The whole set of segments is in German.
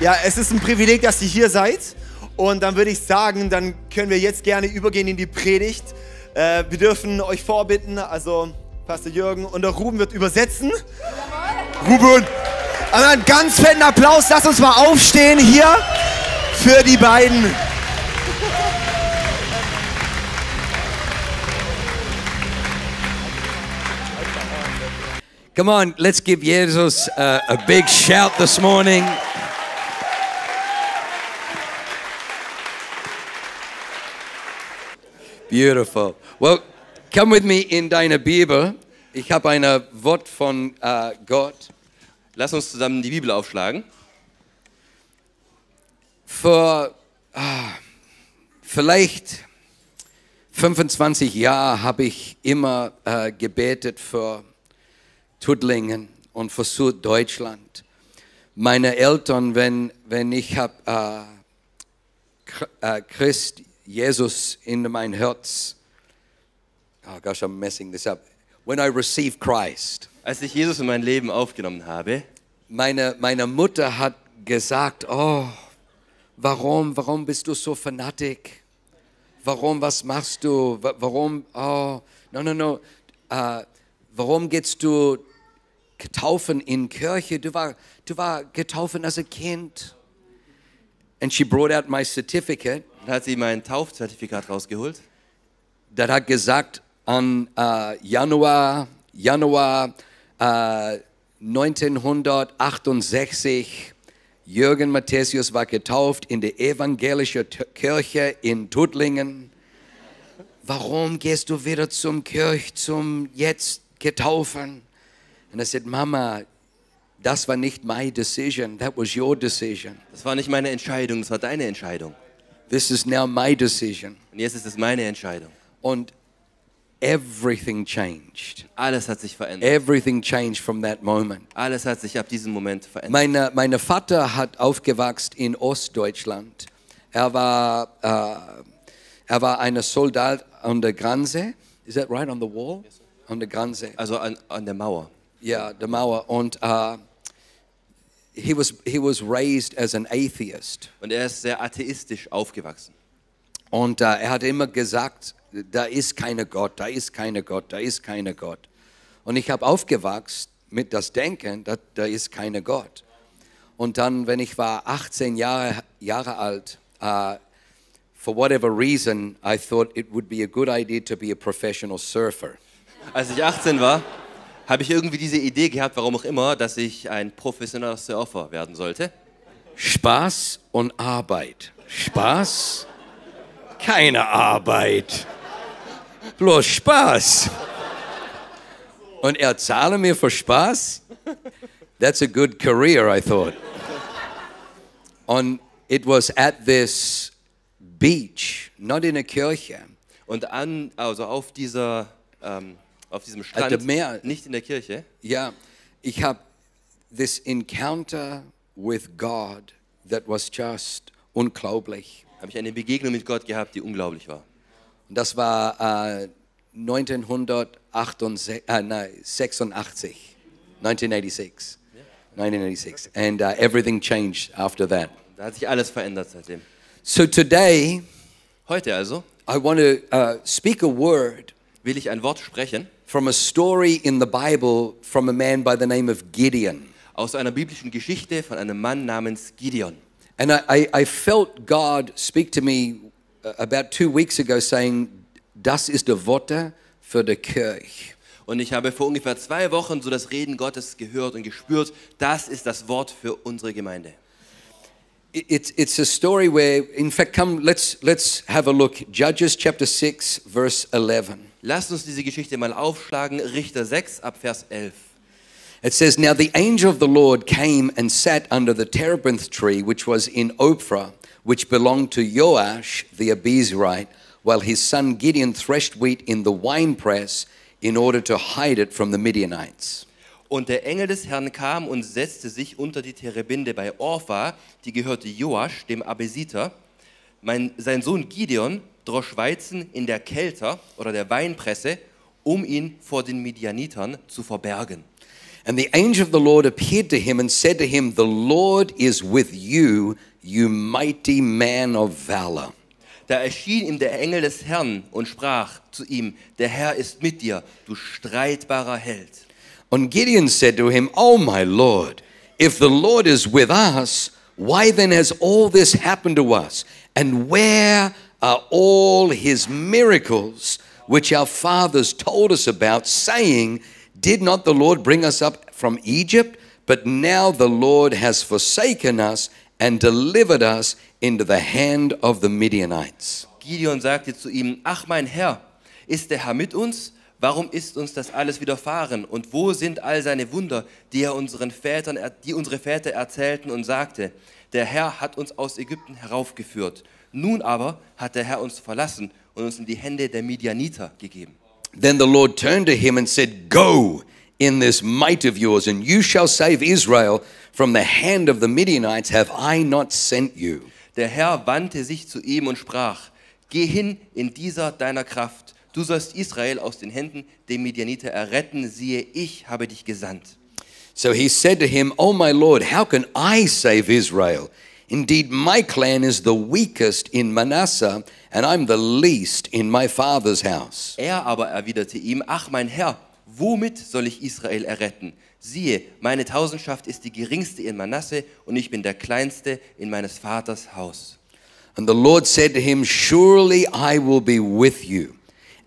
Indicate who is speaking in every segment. Speaker 1: Ja, es ist ein Privileg, dass ihr hier seid. Und dann würde ich sagen, dann können wir jetzt gerne übergehen in die Predigt. Äh, wir dürfen euch vorbitten, also Pastor Jürgen und der Ruben wird übersetzen. Ruben! Aber einen ganz fetten Applaus, lasst uns mal aufstehen hier für die beiden.
Speaker 2: Come on, let's give Jesus a, a big shout this morning. Beautiful. Well, come with me in deine Bibel. Ich habe ein Wort von äh, Gott
Speaker 3: Lass uns zusammen die Bibel aufschlagen.
Speaker 2: Vor ah, vielleicht 25 Jahren habe ich immer äh, gebetet für Tudlingen und für Süddeutschland. Meine Eltern, wenn, wenn ich hab, äh, Chr- äh, Christ, Jesus in mein Herz, oh gosh, I'm messing this up. When I receive Christ,
Speaker 3: Als ich Jesus in mein Leben aufgenommen habe,
Speaker 2: meine, meine Mutter hat gesagt, oh, warum, warum bist du so fanatik? Warum, was machst du? Wa- Warum, oh, no, no, no. Äh, warum gehst du getaufen in Kirche? Du war, du war getaufen als ein Kind. And she brought out my certificate
Speaker 3: hat sie mein Taufzertifikat rausgeholt.
Speaker 2: das hat gesagt, an äh, Januar, Januar äh, 1968, Jürgen Matthäus war getauft in der evangelischen T- Kirche in Tuttlingen. Warum gehst du wieder zum Kirch, zum jetzt getaufen? Und er sagt, Mama, das war nicht my decision, that was your decision.
Speaker 3: Das war nicht meine Entscheidung, das war deine Entscheidung.
Speaker 2: This is now my decision.
Speaker 3: Und jetzt ist es meine Entscheidung.
Speaker 2: Und everything changed.
Speaker 3: Alles hat sich verändert.
Speaker 2: Everything changed from that moment.
Speaker 3: Alles hat sich ab diesem Moment verändert.
Speaker 2: Meine, meine Vater hat aufgewachsen in Ostdeutschland. Er war, äh, er war ein Soldat an der Grenze. Is that right? On the wall? An der Grenze.
Speaker 3: Also an, an der Mauer.
Speaker 2: Ja, der Mauer. Und äh, he, was, he was raised as an atheist.
Speaker 3: Und er ist sehr atheistisch aufgewachsen.
Speaker 2: Und äh, er hat immer gesagt, da ist keine Gott, da ist keine Gott, da ist keine Gott. Und ich habe aufgewachsen mit das Denken, da, da ist keine Gott. Und dann, wenn ich war 18 Jahre, Jahre alt, äh, for whatever reason, I thought it would be a good idea to be a professional surfer.
Speaker 3: Als ich 18 war, habe ich irgendwie diese Idee gehabt, warum auch immer, dass ich ein professioneller Surfer werden sollte.
Speaker 2: Spaß und Arbeit. Spaß? Keine Arbeit. Bloß Spaß. Und er zahle mir für Spaß? That's a good career, I thought. Und it was at this beach, not in a Kirche.
Speaker 3: Und an, also auf dieser, ähm, auf diesem
Speaker 2: At
Speaker 3: Strand,
Speaker 2: the Meer.
Speaker 3: nicht in der Kirche,
Speaker 2: Ja, ich habe this encounter with God that was just unglaublich.
Speaker 3: habe ich eine Begegnung mit Gott gehabt, die unglaublich war.
Speaker 2: Und das war äh, 1986. Äh, nein, 86. 1986. 1986. And uh, everything changed after that.
Speaker 3: Da hat sich alles verändert seitdem.
Speaker 2: So today,
Speaker 3: Heute also
Speaker 2: I want to uh, speak a word
Speaker 3: will ich ein Wort sprechen
Speaker 2: from a story in the Bible from a man by the name of Gideon.
Speaker 3: aus einer biblischen Geschichte von einem Mann namens Gideon.
Speaker 2: And I, I, I felt God speak to me uh, about two weeks ago saying, Das ist der Worte für die Kirche.
Speaker 3: Und ich habe vor ungefähr zwei Wochen so das Reden Gottes gehört und gespürt, das ist das Wort für unsere Gemeinde.
Speaker 2: it's it's a story where in fact come let's let's have a look judges chapter 6 verse 11
Speaker 3: Lasst uns diese Geschichte mal aufschlagen, Richter 6 ab Vers 11.
Speaker 2: it says now the angel of the lord came and sat under the terebinth tree which was in ophrah which belonged to joash the abizrite while his son gideon threshed wheat in the winepress in order to hide it from the midianites
Speaker 3: Und der Engel des Herrn kam und setzte sich unter die Terebinde bei Orpha, die gehörte Joasch, dem Abesiter. Mein, sein Sohn Gideon drosch Weizen in der Kelter oder der Weinpresse, um ihn vor den Midianitern zu verbergen.
Speaker 2: And the angel of the Lord appeared to him and said to him, The Lord is with you, you mighty man of valor.
Speaker 3: Da erschien ihm der Engel des Herrn und sprach zu ihm, der Herr ist mit dir, du streitbarer Held.
Speaker 2: And Gideon said to him, Oh, my Lord, if the Lord is with us, why then has all this happened to us? And where are all his miracles which our fathers told us about, saying, Did not the Lord bring us up from Egypt? But now the Lord has forsaken us and delivered us into the hand of the Midianites.
Speaker 3: Gideon sagte zu ihm, ach mein Herr, ist der Herr mit uns? Warum ist uns das alles widerfahren? Und wo sind all seine Wunder, die, er unseren Vätern, die unsere Väter erzählten und sagte, der Herr hat uns aus Ägypten heraufgeführt. Nun aber hat der Herr uns verlassen und uns in die Hände der Midianiter gegeben.
Speaker 2: Then the Lord turned to him and said, Go in this might of yours, and you shall save Israel from the hand of the Midianites. Have I not sent you?
Speaker 3: Der Herr wandte sich zu ihm und sprach, geh hin in dieser deiner Kraft. Du sollst Israel aus den Händen der Midianiter erretten. Siehe, ich habe dich gesandt.
Speaker 2: So he said to him, O my Lord, how can I save Israel? Indeed, my clan is the weakest in Manasseh, and I'm the least in my father's house.
Speaker 3: Er aber erwiderte ihm, ach mein Herr, womit soll ich Israel erretten? Siehe, meine Tausendschaft ist die geringste in Manasse und ich bin der kleinste in meines Vaters Haus.
Speaker 2: And the Lord said to him, Surely I will be with you,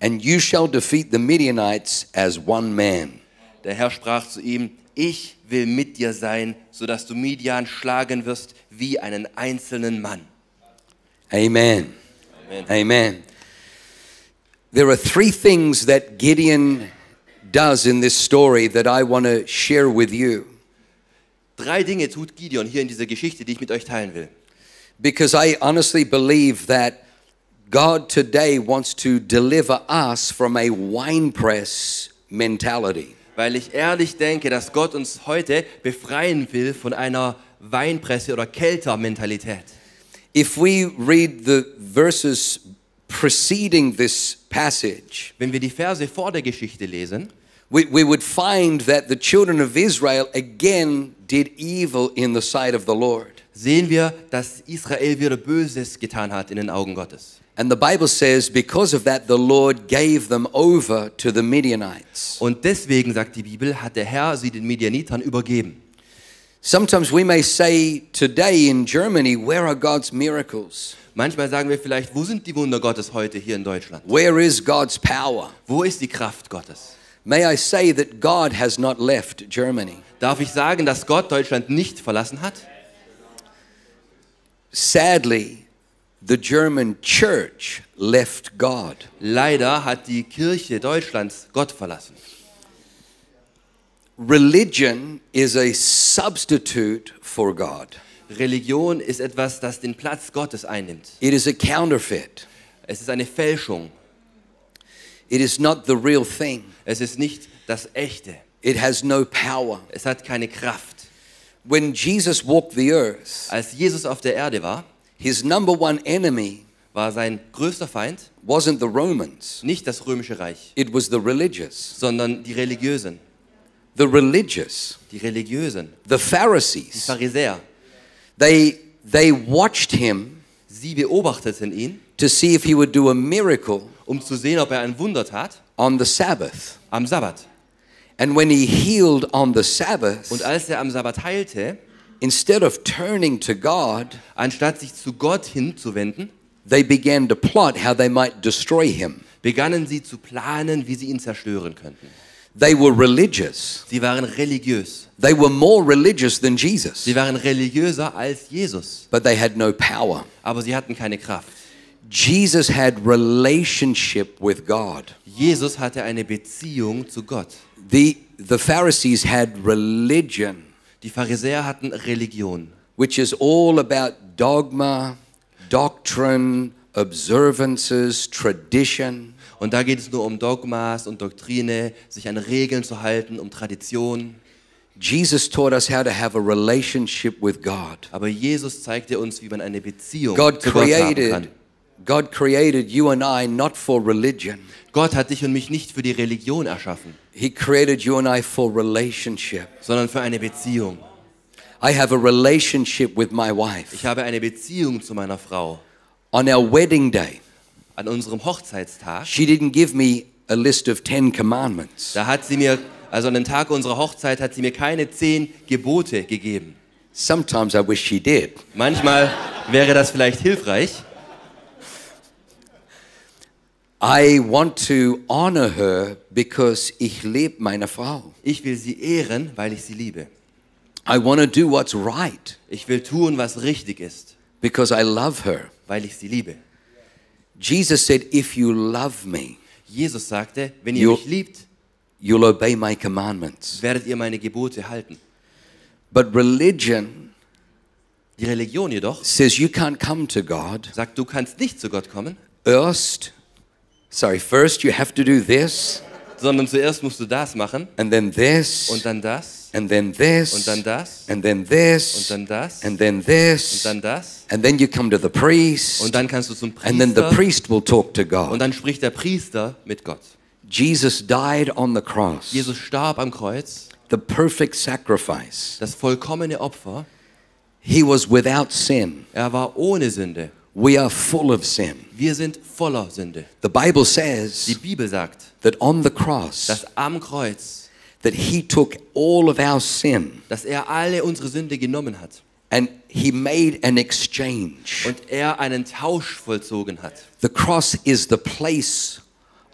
Speaker 2: and you shall defeat the Midianites as one man.
Speaker 3: Der Herr sprach zu ihm, ich will mit dir sein, sodass du Midian schlagen wirst wie einen einzelnen Mann.
Speaker 2: Amen. Amen. There are three things that Gideon does in this story that I want to share with you
Speaker 3: Drei Dinge tut Gideon hier in dieser Geschichte, die ich mit euch teilen will.
Speaker 2: because I honestly believe that God today wants to deliver us from a winepress mentality.
Speaker 3: Weil ich ehrlich denke, dass Gott uns heute befreien will von einer Weinpresse oder Keltermentalität.
Speaker 2: If we read the verses preceding this passage,
Speaker 3: Wenn wir die Verse vor der Geschichte lesen,
Speaker 2: we, we would find that the children of Israel again did evil in the sight of the Lord.
Speaker 3: sehen wir, dass Israel wieder Böses getan hat in den Augen Gottes.
Speaker 2: And the Bible says, because of that, the Lord gave them over to the Midianites.
Speaker 3: Und deswegen, sagt die Bibel, hat der Herr sie den Midianitern übergeben.
Speaker 2: Sometimes we may say today in Germany, where are God's miracles?
Speaker 3: Manchmal sagen wir vielleicht, wo sind die Wunder Gottes heute hier in Deutschland?
Speaker 2: Where is God's power?
Speaker 3: Wo ist die Kraft Gottes?
Speaker 2: May I say that God has not left Germany.
Speaker 3: Darf ich sagen, dass Gott Deutschland nicht verlassen hat?
Speaker 2: Sadly, the German church left God.
Speaker 3: Leider hat die Kirche Deutschlands Gott verlassen.
Speaker 2: Religion is a substitute for God,
Speaker 3: Religion ist etwas, das den Platz Gottes einnimmt.
Speaker 2: it is a counterfeit,
Speaker 3: Es ist eine Fälschung.
Speaker 2: it is not the real thing,
Speaker 3: Es ist nicht das Echte.
Speaker 2: it has no power.
Speaker 3: Es hat keine Kraft.
Speaker 2: When Jesus walked the earth,
Speaker 3: Als Jesus auf der Erde war,
Speaker 2: his number one enemy
Speaker 3: war sein größter Feind
Speaker 2: wasn't the Romans,
Speaker 3: nicht das römische Reich,
Speaker 2: it was the religious.
Speaker 3: sondern die Religiösen.
Speaker 2: The religious,
Speaker 3: Die Religiösen,
Speaker 2: the
Speaker 3: die
Speaker 2: Pharisees,
Speaker 3: Pharisäer.
Speaker 2: they, they watched him
Speaker 3: Sie beobachteten ihn,
Speaker 2: to see if he would do a miracle
Speaker 3: um zu sehen, ob er ein Wunder tat,
Speaker 2: on the Sabbath.
Speaker 3: am Sabbat.
Speaker 2: And when he healed on the Sabbath,
Speaker 3: Und als er am Sabbat heilte,
Speaker 2: instead of turning to God,
Speaker 3: anstatt sich zu Gott hinzuwenden,
Speaker 2: they began to plot how they might destroy him.
Speaker 3: begannen sie zu planen, wie sie ihn zerstören könnten.
Speaker 2: They were religious.
Speaker 3: Sie waren religiös.
Speaker 2: They were more religious than Jesus,
Speaker 3: Sie waren religiöser als Jesus,
Speaker 2: but they had no power.
Speaker 3: aber sie hatten keine Kraft.
Speaker 2: Jesus had relationship with God.
Speaker 3: Jesus hatte eine Beziehung zu Gott.
Speaker 2: The, the Pharisees had religion,
Speaker 3: Die Pharisäer hatten Religion.
Speaker 2: which is all about dogma, doctrine, observances, tradition.
Speaker 3: Und da geht es nur um Dogmas und Doktrine, sich an Regeln zu halten, um Traditionen.
Speaker 2: Jesus taught us how to have a relationship with God.
Speaker 3: Aber Jesus zeigte uns, wie man eine Beziehung
Speaker 2: God
Speaker 3: zu Gott haben kann.
Speaker 2: created God created you and I not for religion.
Speaker 3: Gott hat dich und mich nicht für die Religion erschaffen,
Speaker 2: He created you and I for relationship.
Speaker 3: sondern für eine Beziehung.
Speaker 2: I have a relationship with my wife.
Speaker 3: Ich habe eine Beziehung zu meiner Frau.
Speaker 2: On our wedding day,
Speaker 3: An unserem Hochzeitstag,
Speaker 2: she didn't give me a list of 10 commandments.
Speaker 3: da hat sie mir, also an dem Tag unserer Hochzeit, hat sie mir keine zehn Gebote gegeben.
Speaker 2: Sometimes I wish she did.
Speaker 3: Manchmal wäre das vielleicht hilfreich.
Speaker 2: I want to honor her because ich liebe meine Frau.
Speaker 3: Ich will sie ehren, weil ich sie liebe.
Speaker 2: I want to do what's right
Speaker 3: Ich will tun, was richtig ist,
Speaker 2: because I love her.
Speaker 3: weil ich sie liebe.
Speaker 2: Jesus said, If you love me,
Speaker 3: Jesus sagte, wenn ihr
Speaker 2: Jo.
Speaker 3: mich liebt,
Speaker 2: you'll obey my commandments.
Speaker 3: werdet ihr meine Gebote halten.
Speaker 2: But religion
Speaker 3: Die Religion jedoch
Speaker 2: says you can't come to God.
Speaker 3: sagt, du kannst nicht zu Gott kommen,
Speaker 2: Erst, sorry, first you have to do this,
Speaker 3: sondern zuerst musst du das machen
Speaker 2: and then this,
Speaker 3: und dann das
Speaker 2: and then this,
Speaker 3: und dann das
Speaker 2: and then this,
Speaker 3: und dann das
Speaker 2: and
Speaker 3: und
Speaker 2: then this,
Speaker 3: dann das
Speaker 2: and then you come to the priest,
Speaker 3: und dann kannst du zum
Speaker 2: and then the
Speaker 3: Priester
Speaker 2: priest will talk to
Speaker 3: und
Speaker 2: God.
Speaker 3: dann spricht der Priester mit Gott.
Speaker 2: Jesus died on the cross,
Speaker 3: Jesus starb am Kreuz,
Speaker 2: the perfect sacrifice.
Speaker 3: das vollkommene Opfer.
Speaker 2: He was without sin.
Speaker 3: Er war ohne Sünde.
Speaker 2: We are full of sin.
Speaker 3: Wir sind voller Sünde.
Speaker 2: The Bible
Speaker 3: Die
Speaker 2: says
Speaker 3: Bibel sagt,
Speaker 2: that on the cross
Speaker 3: dass am Kreuz,
Speaker 2: that he took all of our sin
Speaker 3: dass er alle unsere Sünde genommen hat
Speaker 2: and he made an exchange.
Speaker 3: und er einen Tausch vollzogen hat.
Speaker 2: The cross is the place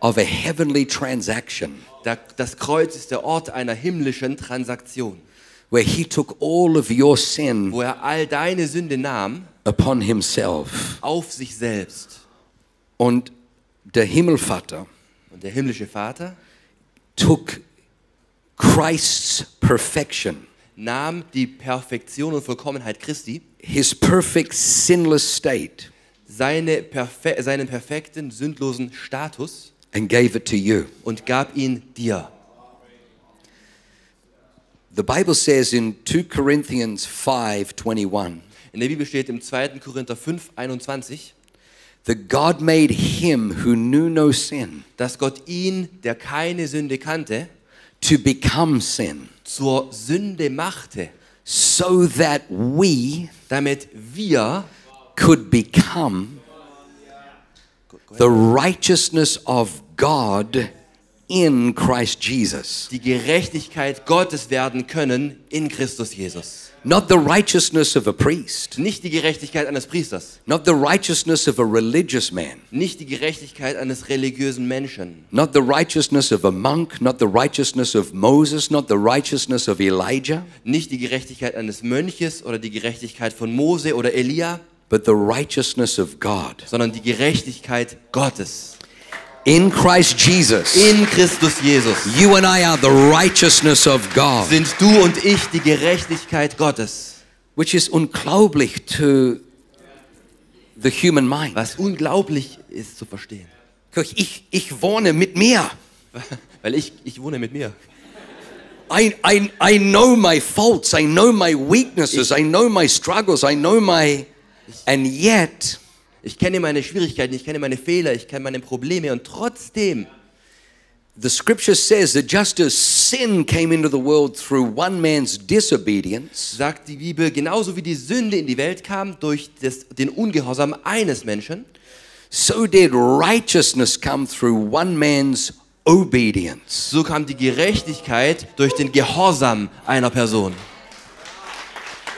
Speaker 2: of a heavenly transaction
Speaker 3: Da- Das Kreuz ist der Ort einer himmlischen Transaktion,
Speaker 2: where he took all of your sin
Speaker 3: wo er all deine Sünde nahm
Speaker 2: upon himself.
Speaker 3: auf sich selbst.
Speaker 2: Und der Himmelvater
Speaker 3: Und der himmlische Vater
Speaker 2: took Christ's perfection,
Speaker 3: nahm die Perfektion und Vollkommenheit Christi,
Speaker 2: his perfect sinless state,
Speaker 3: seine Perfe seinen perfekten, sündlosen Status
Speaker 2: and gave it to you.
Speaker 3: und gab ihn dir.
Speaker 2: The Bible says in 2 Corinthians 5:21
Speaker 3: In der Bibel steht im 2. Korinther 5, 21,
Speaker 2: that God made him who knew no sin
Speaker 3: dass Gott ihn, der keine Sünde kannte,
Speaker 2: to become sin
Speaker 3: zur Sünde machte,
Speaker 2: so that we
Speaker 3: damit wir
Speaker 2: could become the righteousness of God in Christ Jesus.
Speaker 3: die Gerechtigkeit Gottes werden können in Christus Jesus.
Speaker 2: Not the righteousness of a priest,
Speaker 3: Nicht die Gerechtigkeit eines Priesters,
Speaker 2: not the righteousness of a religious man,
Speaker 3: nicht die Gerechtigkeit eines religiösen Menschen,
Speaker 2: not the righteousness of a monk, not the righteousness of Moses, not the righteousness of Elijah,
Speaker 3: nicht die Gerechtigkeit eines Mönches oder die Gerechtigkeit von Mose oder Elia,
Speaker 2: but the righteousness of God
Speaker 3: sondern die Gerechtigkeit Gottes
Speaker 2: in Christ Jesus.
Speaker 3: in Christus Jesus.
Speaker 2: You and I are the righteousness of God,
Speaker 3: Sind du und ich die Gerechtigkeit Gottes,
Speaker 2: which is unglaublich to the human mind.
Speaker 3: was unglaublich ist zu verstehen,
Speaker 2: Kirch, ich, ich wohne mit mir.
Speaker 3: weil ich ich wohne mit mir.
Speaker 2: I, I, I know my faults. I know my weaknesses. I know my struggles. I know my. And yet,
Speaker 3: Ich kenne meine Schwierigkeiten, ich kenne meine Fehler, ich kenne meine Probleme und trotzdem
Speaker 2: the scripture says that just as sin came into the world through one man's disobedience,
Speaker 3: sagt die Bibel, genauso wie die Sünde in die Welt kam durch das, den Ungehorsam eines Menschen,
Speaker 2: so did righteousness come through one man's obedience.
Speaker 3: so kam die Gerechtigkeit durch den Gehorsam einer Person.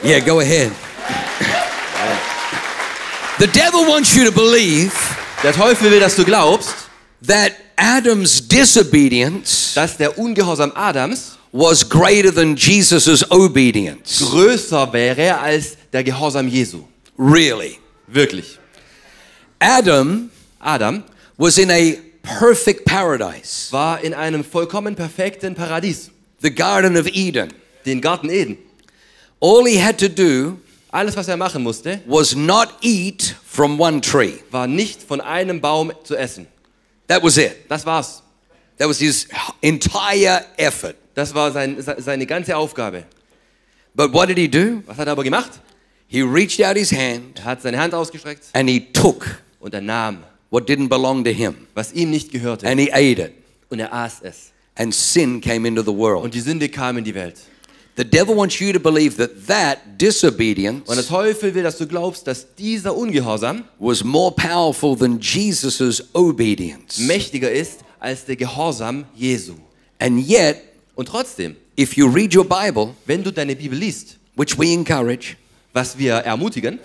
Speaker 2: Yeah, go ahead. The devil wants you to believe
Speaker 3: Der Teufel will, dass du glaubst,
Speaker 2: that Adam's disobedience
Speaker 3: dass der Ungehorsam Adams
Speaker 2: was greater than Jesus' obedience.
Speaker 3: größer wäre als der Gehorsam Jesu.
Speaker 2: Really.
Speaker 3: Wirklich.
Speaker 2: Adam
Speaker 3: Adam
Speaker 2: was in a perfect paradise,
Speaker 3: war in einem vollkommen perfekten Paradies,
Speaker 2: the Garden of Eden.
Speaker 3: den Garten Eden.
Speaker 2: All he had to do
Speaker 3: Alles, was er machen musste,
Speaker 2: was not eat from one tree.
Speaker 3: war nicht von einem Baum zu essen.
Speaker 2: That was it.
Speaker 3: Das war's.
Speaker 2: That was his entire effort.
Speaker 3: Das war sein, se- seine ganze Aufgabe.
Speaker 2: But what did he do?
Speaker 3: Was hat er aber gemacht?
Speaker 2: He reached out his hand
Speaker 3: Er hat seine Hand ausgestreckt
Speaker 2: and he took
Speaker 3: und er nahm,
Speaker 2: what didn't belong to him
Speaker 3: was ihm nicht gehörte,
Speaker 2: and he ate it.
Speaker 3: und er aß es.
Speaker 2: And sin came into the world.
Speaker 3: Und die Sünde kam in die Welt.
Speaker 2: The devil wants you to believe that that
Speaker 3: Und der
Speaker 2: disobedience
Speaker 3: Teufel will, dass du glaubst, dass dieser Ungehorsam
Speaker 2: was more powerful than Jesus' obedience.
Speaker 3: mächtiger ist als der Gehorsam Jesu.
Speaker 2: And yet,
Speaker 3: Und trotzdem,
Speaker 2: if you read your Bible,
Speaker 3: wenn du deine Bibel liest,
Speaker 2: which we encourage,
Speaker 3: was wir ermutigen,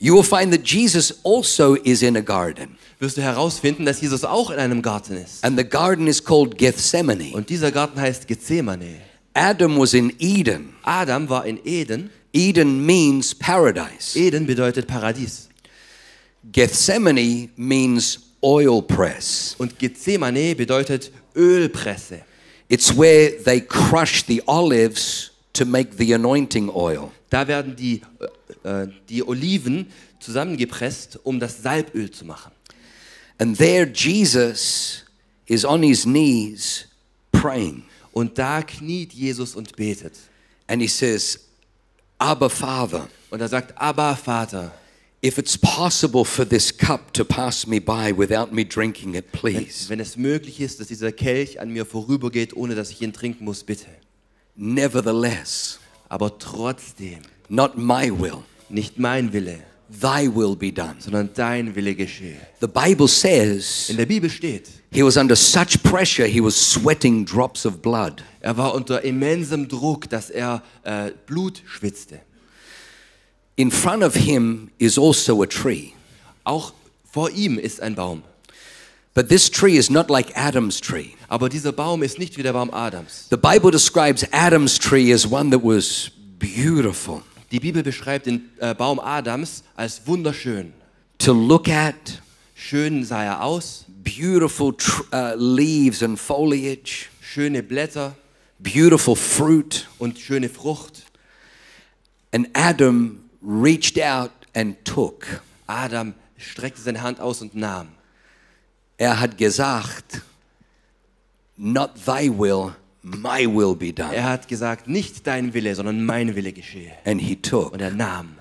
Speaker 2: you will find that Jesus also is in a garden.
Speaker 3: wirst du herausfinden, dass Jesus auch in einem Garten ist.
Speaker 2: And the garden is called Gethsemane.
Speaker 3: Und dieser Garten heißt Gethsemane.
Speaker 2: Adam was in Eden.
Speaker 3: Adam war in Eden.
Speaker 2: Eden means paradise.
Speaker 3: Eden bedeutet Paradies.
Speaker 2: Gethsemane means oil press.
Speaker 3: Und Gethsemane bedeutet Ölpresse.
Speaker 2: It's where they crush the olives to make the anointing oil.
Speaker 3: Da werden die, äh, äh, die Oliven zusammengepresst, um das Salböl zu machen.
Speaker 2: And there Jesus is on his knees praying.
Speaker 3: Und da kniet Jesus und betet.
Speaker 2: And he says, Abba, Father,
Speaker 3: Und er sagt, aber Vater,
Speaker 2: if it's possible for this cup to pass me by without me drinking it, please.
Speaker 3: wenn es möglich ist, dass dieser Kelch an mir vorübergeht, ohne dass ich ihn trinken muss, bitte.
Speaker 2: Nevertheless,
Speaker 3: Aber trotzdem,
Speaker 2: not my will,
Speaker 3: nicht mein Wille,
Speaker 2: thy will be done.
Speaker 3: sondern dein Wille geschehe.
Speaker 2: The Bible says
Speaker 3: In der Bibel steht,
Speaker 2: he was under such pressure, he was sweating drops of blood.
Speaker 3: er war unter immensem Druck, dass er äh, Blut schwitzte.
Speaker 2: In front of him is also a tree,
Speaker 3: Auch vor ihm ist ein Baum.
Speaker 2: but this tree is not like Adam's tree.
Speaker 3: Aber dieser Baum ist nicht wie der Baum Adams.
Speaker 2: The Bible describes Adam's tree as one that was beautiful
Speaker 3: Die Bibel beschreibt den äh, Baum Adams als wunderschön.
Speaker 2: to look at,
Speaker 3: Schön sah er aus,
Speaker 2: beautiful tr- uh, leaves and foliage,
Speaker 3: schöne Blätter
Speaker 2: beautiful fruit.
Speaker 3: und schöne Frucht.
Speaker 2: And Adam reached out and took.
Speaker 3: Adam streckte seine Hand aus und nahm.
Speaker 2: Er hat gesagt, not thy will, my will be done.
Speaker 3: Er hat gesagt, nicht dein Wille, sondern mein Wille geschehe.
Speaker 2: And he took.
Speaker 3: Und er nahm.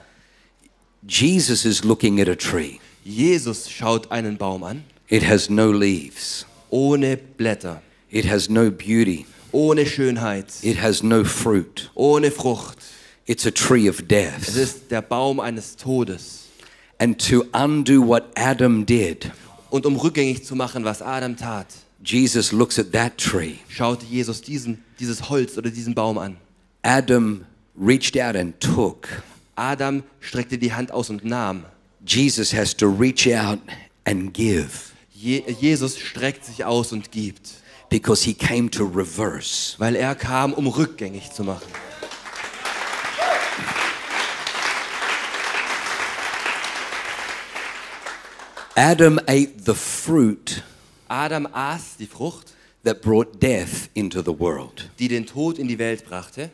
Speaker 2: Jesus is looking at a tree.
Speaker 3: Jesus schaut einen Baum an,
Speaker 2: It has no leaves.
Speaker 3: ohne Blätter,
Speaker 2: It has no beauty.
Speaker 3: ohne Schönheit,
Speaker 2: It has no fruit.
Speaker 3: ohne Frucht.
Speaker 2: It's a tree of
Speaker 3: Es
Speaker 2: death.
Speaker 3: ist der Baum eines Todes.
Speaker 2: And to undo what Adam did,
Speaker 3: Und um rückgängig zu machen, was Adam tat,
Speaker 2: Jesus looks at that tree.
Speaker 3: schaute Jesus diesen, dieses Holz oder diesen Baum an.
Speaker 2: Adam reached out and took.
Speaker 3: Adam streckte die Hand aus und nahm.
Speaker 2: Jesus has to reach out and give
Speaker 3: Je Jesus streckt sich aus und gibt,
Speaker 2: because he came to reverse.
Speaker 3: weil er kam, um rückgängig zu machen.
Speaker 2: Adam ate the fruit
Speaker 3: Adam aß die Frucht,
Speaker 2: that brought death into the world.
Speaker 3: die den Tod in die Welt brachte.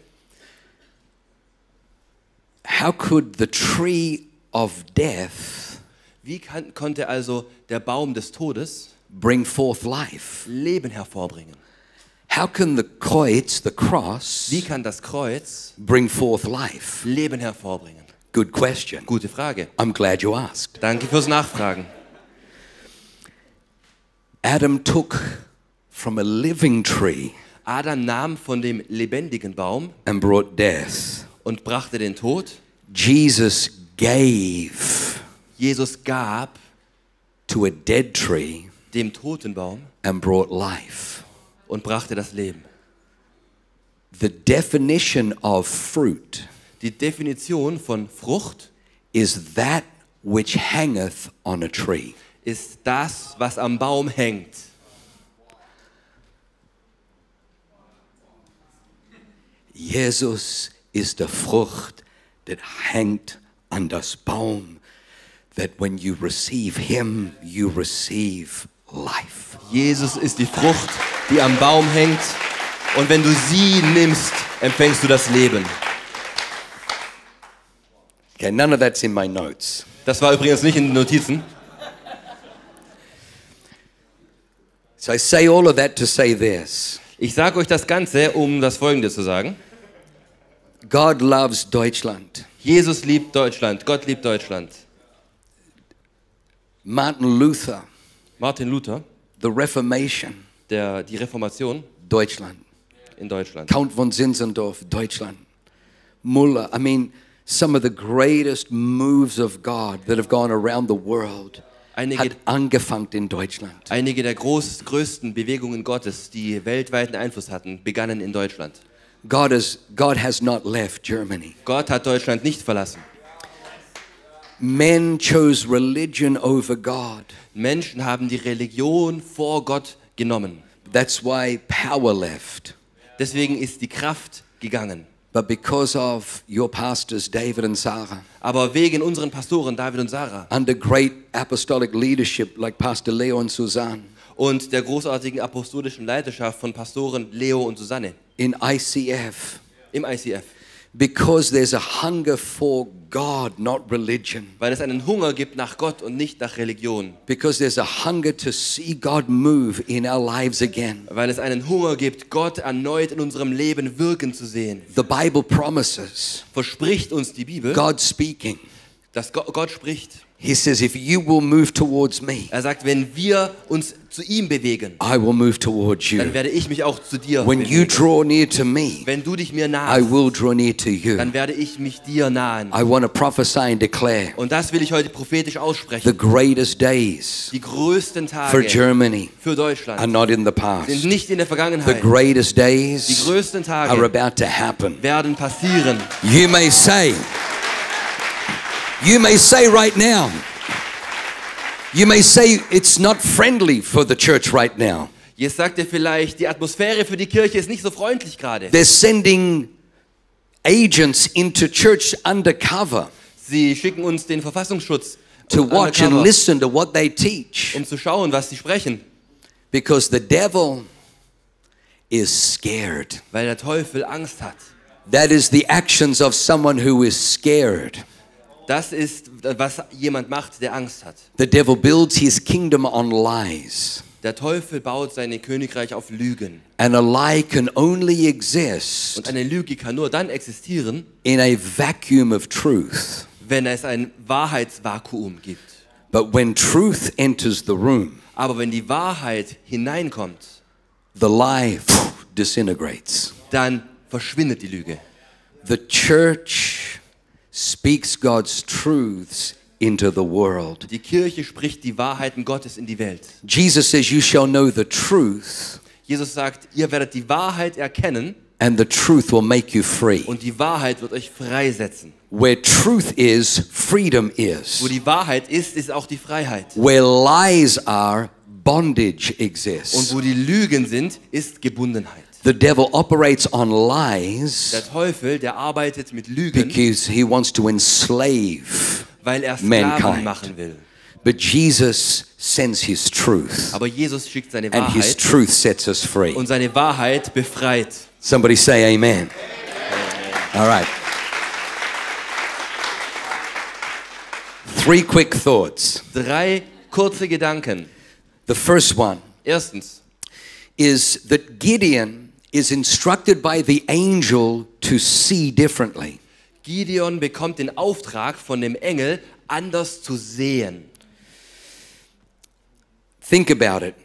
Speaker 2: How could the tree of death
Speaker 3: Wie kann, konnte also der Baum des Todes
Speaker 2: bring forth life?
Speaker 3: Leben hervorbringen?
Speaker 2: How can the coits, the
Speaker 3: Wie
Speaker 2: cross,
Speaker 3: kann das Kreuz
Speaker 2: bring forth life?
Speaker 3: Leben hervorbringen?
Speaker 2: Good question.
Speaker 3: Gute Frage.
Speaker 2: I'm glad you asked.
Speaker 3: Danke fürs Nachfragen.
Speaker 2: Adam took from a living tree
Speaker 3: Adam nahm von dem lebendigen Baum
Speaker 2: and brought death.
Speaker 3: und brachte den Tod.
Speaker 2: Jesus gave
Speaker 3: Jesus gab
Speaker 2: to a dead tree
Speaker 3: dem toten Baum
Speaker 2: and brought life.
Speaker 3: und brachte das Leben.
Speaker 2: The definition of fruit
Speaker 3: Die Definition von Frucht
Speaker 2: is that which hangeth on a tree.
Speaker 3: ist das, was am Baum hängt.
Speaker 2: Jesus ist der Frucht, that hängt an das Baum, that when you receive him, you receive life.
Speaker 3: Jesus ist die Frucht, die am Baum hängt. Und wenn du sie nimmst, empfängst du das Leben.
Speaker 2: Okay, none of that's in my notes.
Speaker 3: Das war übrigens nicht in den Notizen.
Speaker 2: So I say all of that to say this.
Speaker 3: Ich sage euch das Ganze, um das Folgende zu sagen.
Speaker 2: God loves Deutschland.
Speaker 3: Jesus liebt Deutschland. Gott liebt Deutschland.
Speaker 2: Martin Luther,
Speaker 3: Martin Luther,
Speaker 2: the Reformation,
Speaker 3: der, die Reformation
Speaker 2: Deutschland.
Speaker 3: in Deutschland,
Speaker 2: Count von Zinzendorf, Deutschland. Muller, I mean, some of the greatest moves of God that have gone around the world
Speaker 3: einige,
Speaker 2: hat angefangen in Deutschland.
Speaker 3: einige der groß, größten Bewegungen Gottes, die weltweiten Einfluss hatten, begannen in Deutschland.
Speaker 2: God, is, God has not left Germany.
Speaker 3: Gott hat Deutschland nicht verlassen.
Speaker 2: Men chose religion over God.
Speaker 3: Menschen haben die Religion vor Gott genommen.
Speaker 2: That's why power left.
Speaker 3: Deswegen ist die Kraft gegangen.
Speaker 2: But because of your pastors, David and Sarah,
Speaker 3: Aber wegen unseren Pastoren David und Sarah
Speaker 2: under great apostolic leadership like Pastor Leo and Suzanne,
Speaker 3: und der großartigen apostolischen Leiterschaft von Pastoren Leo und Susanne
Speaker 2: in ICF,
Speaker 3: im ICF,
Speaker 2: because there's a hunger for God, not religion.
Speaker 3: weil es einen Hunger gibt nach Gott und nicht nach Religion,
Speaker 2: Because there's a hunger to see God move in our lives again.
Speaker 3: weil es einen Hunger gibt, Gott erneut in unserem Leben wirken zu sehen.
Speaker 2: The Bible promises,
Speaker 3: Verspricht uns die Bibel,
Speaker 2: God speaking.
Speaker 3: dass Go- Gott spricht.
Speaker 2: He says, If you will move towards me,
Speaker 3: Er sagt, wenn wir uns zu ihm bewegen,
Speaker 2: I will move towards
Speaker 3: dann
Speaker 2: you.
Speaker 3: werde ich mich auch zu dir
Speaker 2: When you
Speaker 3: bewegen.
Speaker 2: draw near to me,
Speaker 3: Wenn du dich mir
Speaker 2: I
Speaker 3: nahest,
Speaker 2: will draw near to you.
Speaker 3: dann werde ich mich dir nahen.
Speaker 2: I want to prophesy and declare
Speaker 3: Und das will ich heute prophetisch
Speaker 2: the
Speaker 3: aussprechen.
Speaker 2: greatest days
Speaker 3: Die größten
Speaker 2: for
Speaker 3: Tage
Speaker 2: Germany
Speaker 3: für
Speaker 2: are
Speaker 3: Deutschland
Speaker 2: not in the
Speaker 3: sind
Speaker 2: past.
Speaker 3: nicht in
Speaker 2: The
Speaker 3: der Vergangenheit.
Speaker 2: greatest
Speaker 3: Die
Speaker 2: days
Speaker 3: größten
Speaker 2: are
Speaker 3: Tage
Speaker 2: about to happen.
Speaker 3: werden passieren.
Speaker 2: You may say, you may say right now, you may say it's not friendly for the church right now.
Speaker 3: Jetzt sagt ihr vielleicht, die Atmosphäre für die Kirche ist nicht so freundlich gerade.
Speaker 2: They're sending agents into church undercover
Speaker 3: Sie schicken uns den Verfassungsschutz
Speaker 2: to
Speaker 3: und
Speaker 2: watch and
Speaker 3: Undercover,
Speaker 2: listen to what they teach
Speaker 3: um zu schauen, was sie sprechen,
Speaker 2: because the devil is scared.
Speaker 3: weil der Teufel Angst hat.
Speaker 2: That is the actions of someone who is scared.
Speaker 3: Das ist, was jemand macht, der Angst hat.
Speaker 2: The devil builds his kingdom on lies,
Speaker 3: Der Teufel baut sein Königreich auf Lügen.
Speaker 2: and a lie can only exist
Speaker 3: Und eine Lüge kann nur dann existieren,
Speaker 2: in a vacuum of truth.
Speaker 3: wenn es ein Wahrheitsvakuum gibt.
Speaker 2: But when truth enters the room,
Speaker 3: Aber wenn die Wahrheit hineinkommt,
Speaker 2: the lie disintegrates.
Speaker 3: dann verschwindet die Lüge.
Speaker 2: The church speaks God's truths into the world.
Speaker 3: Die Kirche spricht die Wahrheiten Gottes in die Welt.
Speaker 2: Jesus says, You shall know the truth,
Speaker 3: Jesus sagt, ihr werdet die Wahrheit erkennen
Speaker 2: and the truth will make you free.
Speaker 3: und die Wahrheit wird euch freisetzen.
Speaker 2: Where truth is, freedom
Speaker 3: Wo
Speaker 2: is.
Speaker 3: die Wahrheit ist, ist auch die Freiheit.
Speaker 2: Where lies are, bondage
Speaker 3: Und
Speaker 2: exists.
Speaker 3: wo die Lügen sind, ist Gebundenheit.
Speaker 2: The devil operates on
Speaker 3: Der
Speaker 2: lies
Speaker 3: Teufel, der arbeitet mit Lügen,
Speaker 2: because he wants to enslave.
Speaker 3: weil er Sklaven
Speaker 2: Mankind.
Speaker 3: machen will.
Speaker 2: But Jesus sends his truth,
Speaker 3: Aber Jesus schickt seine
Speaker 2: and his
Speaker 3: Wahrheit
Speaker 2: truth sets us free.
Speaker 3: und seine Wahrheit befreit.
Speaker 2: Somebody say amen. All right. Three quick thoughts.
Speaker 3: Drei kurze Gedanken.
Speaker 2: The first one
Speaker 3: Erstens,
Speaker 2: is that Gideon is instructed by the angel to see differently.
Speaker 3: Gideon bekommt den Auftrag von dem Engel, anders zu sehen.
Speaker 2: Think about it.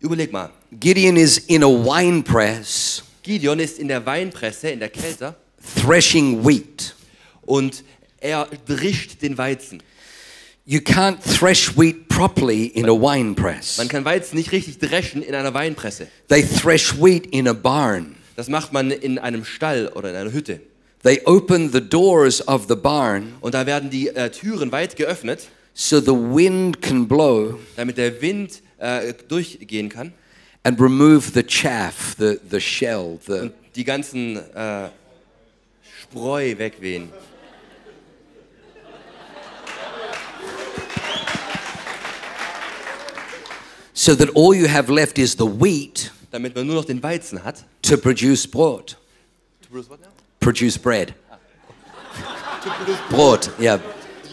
Speaker 3: Überleg mal.
Speaker 2: Gideon is in a wine press
Speaker 3: Gideon ist in der Weinpresse, in der Kälte,
Speaker 2: threshing wheat.
Speaker 3: und er drischt den Weizen.
Speaker 2: You can't thresh wheat properly in a wine press.
Speaker 3: Man kann Weizen nicht richtig dreschen in einer Weinpresse.
Speaker 2: They thresh wheat in a barn.
Speaker 3: Das macht man in einem Stall oder in einer Hütte.
Speaker 2: They open the doors of the barn
Speaker 3: Und da werden die äh, Türen weit geöffnet,
Speaker 2: so the wind can blow
Speaker 3: damit der Wind äh, durchgehen kann
Speaker 2: and remove the chaff, the, the shell, the,
Speaker 3: und die ganzen äh, Spreu wegwehen.
Speaker 2: so that all you have left is the wheat
Speaker 3: Damit man nur noch den Weizen hat.
Speaker 2: to produce bread. Produce bread. Brot, ja.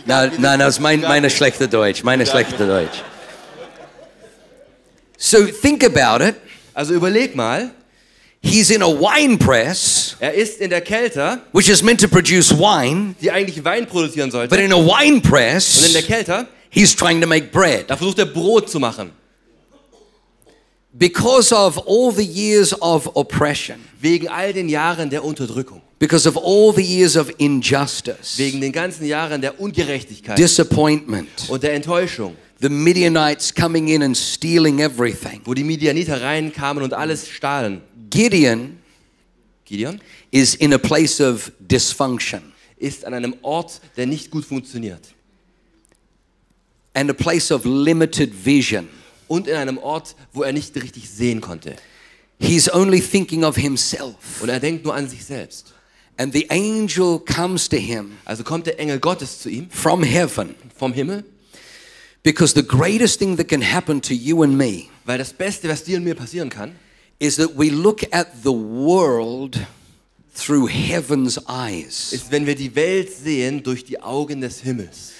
Speaker 2: Na, na, na, das ist mein, meine schlechte Deutsch, meine schlechte Deutsch. So think about it.
Speaker 3: Also überleg mal,
Speaker 2: He's in a wine press,
Speaker 3: er ist in der Kälte,
Speaker 2: which is meant to produce wine,
Speaker 3: die eigentlich Wein produzieren sollte.
Speaker 2: but in a wine press,
Speaker 3: Und in der Kälte
Speaker 2: He He's trying to make bread.
Speaker 3: Da versucht er Brot zu machen.
Speaker 2: Because of all the years of oppression,
Speaker 3: Wegen all den Jahren der Unterdrückung.
Speaker 2: because of all the years of injustice,
Speaker 3: Wegen den ganzen Jahren der Ungerechtigkeit
Speaker 2: disappointment,
Speaker 3: und der Enttäuschung,
Speaker 2: the Midianites coming in and stealing everything.
Speaker 3: wo die Midianiter reinkamen und alles stahlen.
Speaker 2: Gideon
Speaker 3: Gideon
Speaker 2: is in a place of dysfunction
Speaker 3: ist an einem Ort, der nicht gut funktioniert.
Speaker 2: and a place of limited vision.
Speaker 3: Und in einem Ort, wo er nicht richtig sehen konnte.
Speaker 2: He's only thinking of himself.
Speaker 3: Und er denkt nur an sich selbst.
Speaker 2: And the angel comes to him
Speaker 3: Also kommt der Engel Gottes zu ihm
Speaker 2: from heaven
Speaker 3: vom Himmel,
Speaker 2: because the greatest thing that can happen to you and me
Speaker 3: weil das Beste, was dir und mir passieren kann,
Speaker 2: is that we look at the world through heaven's eyes.
Speaker 3: ist, wenn wir die Welt sehen durch die Augen des Himmels.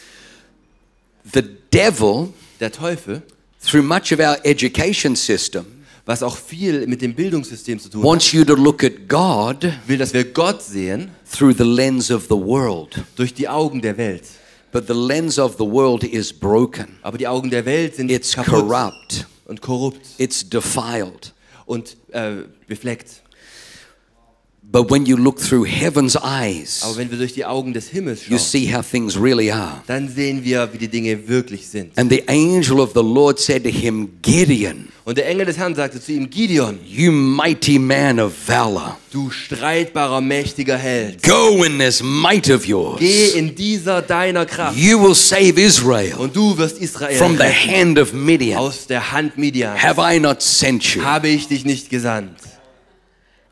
Speaker 2: The devil,
Speaker 3: Der Teufel,
Speaker 2: through much of our education system,
Speaker 3: was auch viel mit dem Bildungssystem zu tun
Speaker 2: wants you to look at God
Speaker 3: hat, will, dass wir Gott sehen
Speaker 2: through the lens of the world.
Speaker 3: durch die Augen der Welt.
Speaker 2: But the lens of the world is broken,
Speaker 3: Aber die Augen der Welt sind
Speaker 2: it's
Speaker 3: kaputt
Speaker 2: corrupt,
Speaker 3: und korrupt
Speaker 2: it's defiled.
Speaker 3: und äh, befleckt.
Speaker 2: But when you look through heaven's
Speaker 3: Aber
Speaker 2: eyes,
Speaker 3: wenn wir durch die Augen des Himmels
Speaker 2: you
Speaker 3: schauen,
Speaker 2: see how things really are.
Speaker 3: dann sehen wir, wie die Dinge wirklich sind.
Speaker 2: And the angel of the Lord said to him, Gideon,
Speaker 3: Und der Engel des Herrn sagte zu ihm, Gideon,
Speaker 2: you mighty man of valor,
Speaker 3: du streitbarer, mächtiger Held,
Speaker 2: go in this might of
Speaker 3: geh
Speaker 2: yours.
Speaker 3: in dieser deiner Kraft
Speaker 2: You will save Israel
Speaker 3: und du wirst Israel
Speaker 2: from the
Speaker 3: retten.
Speaker 2: hand of Midian.
Speaker 3: aus der Hand Midian.
Speaker 2: Have I not sent you?
Speaker 3: Habe ich dich nicht gesandt?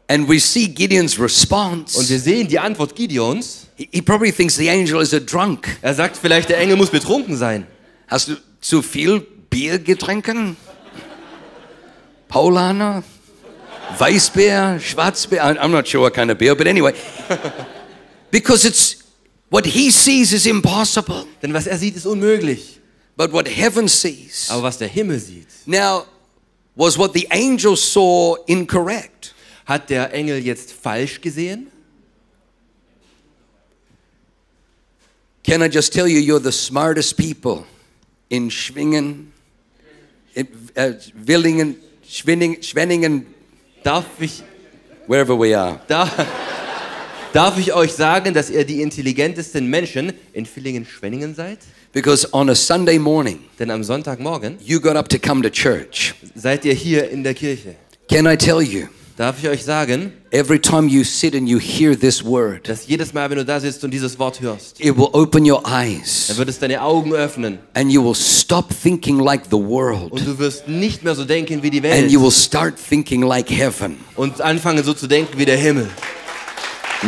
Speaker 2: And we see Gideon's
Speaker 3: Und
Speaker 2: response.
Speaker 3: wir sehen die Antwort Gideons.
Speaker 2: He he probably thinks the angel is a drunk.
Speaker 3: Er sagt vielleicht, der Engel muss betrunken sein.
Speaker 2: Hast du zu viel Bier getrunken? Paulaner? Weißbier? Schwarzbier? I- I'm not sure what kind of beer, but anyway. Because it's what he sees is impossible,
Speaker 3: Denn was er sieht, ist unmöglich.
Speaker 2: but what heaven sees
Speaker 3: Aber was der Himmel sieht,
Speaker 2: now was what the angel saw incorrect.
Speaker 3: hat der Engel jetzt falsch gesehen?
Speaker 2: Can I just tell you, you're the smartest people in Schwingen, in, uh, Willingen, Schwinning, Schwenningen,
Speaker 3: Darf ich,
Speaker 2: wherever we are.
Speaker 3: da, darf ich euch sagen, dass ihr die intelligentesten Menschen in Villingen-Schwenningen seid?
Speaker 2: Because on a Sunday morning,
Speaker 3: Denn am Sonntagmorgen
Speaker 2: you got up to come to church.
Speaker 3: seid ihr hier in der Kirche.
Speaker 2: Can I tell you,
Speaker 3: Darf ich euch sagen,
Speaker 2: every time you sit and you hear this word,
Speaker 3: dass jedes Mal, wenn du da sitzt und dieses Wort hörst,
Speaker 2: it will open your
Speaker 3: dann
Speaker 2: eyes
Speaker 3: wird es deine Augen öffnen
Speaker 2: and you will stop thinking like the
Speaker 3: und
Speaker 2: world
Speaker 3: du wirst nicht mehr so denken wie die Welt.
Speaker 2: and you will start thinking like heaven.
Speaker 3: und anfangen so zu denken wie der Himmel.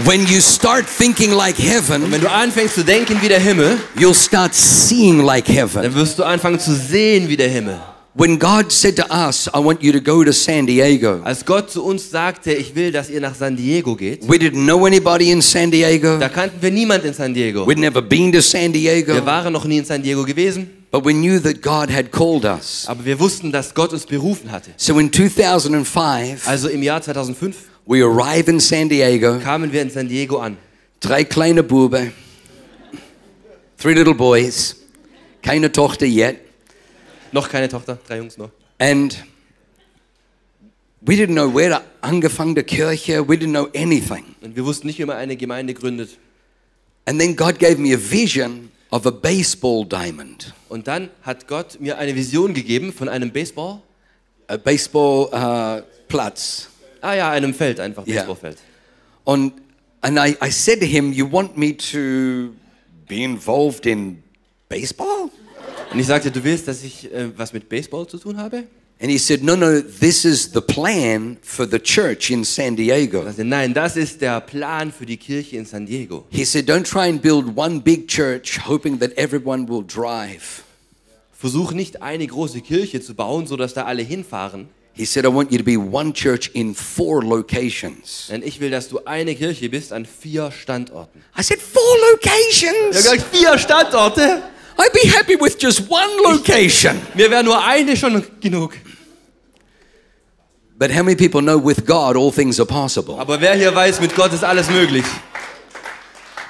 Speaker 2: When you start thinking like
Speaker 3: Und
Speaker 2: heaven,
Speaker 3: wenn du anfängst zu denken wie der Himmel,
Speaker 2: you'll start seeing like
Speaker 3: dann
Speaker 2: heaven.
Speaker 3: wirst du anfangen zu sehen wie der Himmel.
Speaker 2: When God said to us, I want you to go to San Diego,
Speaker 3: Als Gott zu uns sagte, ich will, dass ihr nach San Diego geht,
Speaker 2: we didn't know anybody in San
Speaker 3: da
Speaker 2: Diego.
Speaker 3: kannten wir niemand in San Diego.
Speaker 2: We'd never been to San
Speaker 3: Wir
Speaker 2: Diego,
Speaker 3: waren noch nie in San Diego gewesen,
Speaker 2: but we knew that God had called us.
Speaker 3: aber wir wussten, dass Gott uns berufen hatte.
Speaker 2: So in 2005,
Speaker 3: Also im Jahr 2005
Speaker 2: we arrive in San Diego,
Speaker 3: kamen wir in San Diego an.
Speaker 2: drei kleine Bube, three little boys, keine Tochter yet,
Speaker 3: Noch keine Tochter, drei Jungs noch.
Speaker 2: and we didn't know where to angefangen der Kirche, we didn't know anything.
Speaker 3: Und wir wussten nicht, wie man eine Gemeinde gründet.
Speaker 2: And then God gave me a vision of a baseball diamond,
Speaker 3: Und dann hat Gott mir eine Vision gegeben von einem Baseball.
Speaker 2: a baseball uh, Platz.
Speaker 3: Ah ja, einem Feld einfach,
Speaker 2: Ja.
Speaker 3: Baseballfeld.
Speaker 2: On, and I, I said to him, you want me to be involved in baseball?
Speaker 3: Und ich sagte, du willst, dass ich äh, was mit Baseball zu tun habe?
Speaker 2: And he said, No, no, this is the plan for the church in San Diego.
Speaker 3: Also nein, das ist der Plan für die Kirche in San Diego.
Speaker 2: He said, Don't try and build one big church hoping that everyone will drive.
Speaker 3: Versuch nicht eine große Kirche zu bauen, sodass da alle hinfahren.
Speaker 2: He said, I want you to be one church in four locations.
Speaker 3: Denn ich will, dass du eine Kirche bist an vier Standorten.
Speaker 2: I said, Four
Speaker 3: Ich
Speaker 2: locations?
Speaker 3: habe gesagt, vier Standorte?
Speaker 2: I'd be happy with just one location.
Speaker 3: Mir wäre nur eine schon genug.
Speaker 2: But how many people know with God all things are possible?
Speaker 3: Aber wer hier weiß, mit Gott ist alles möglich.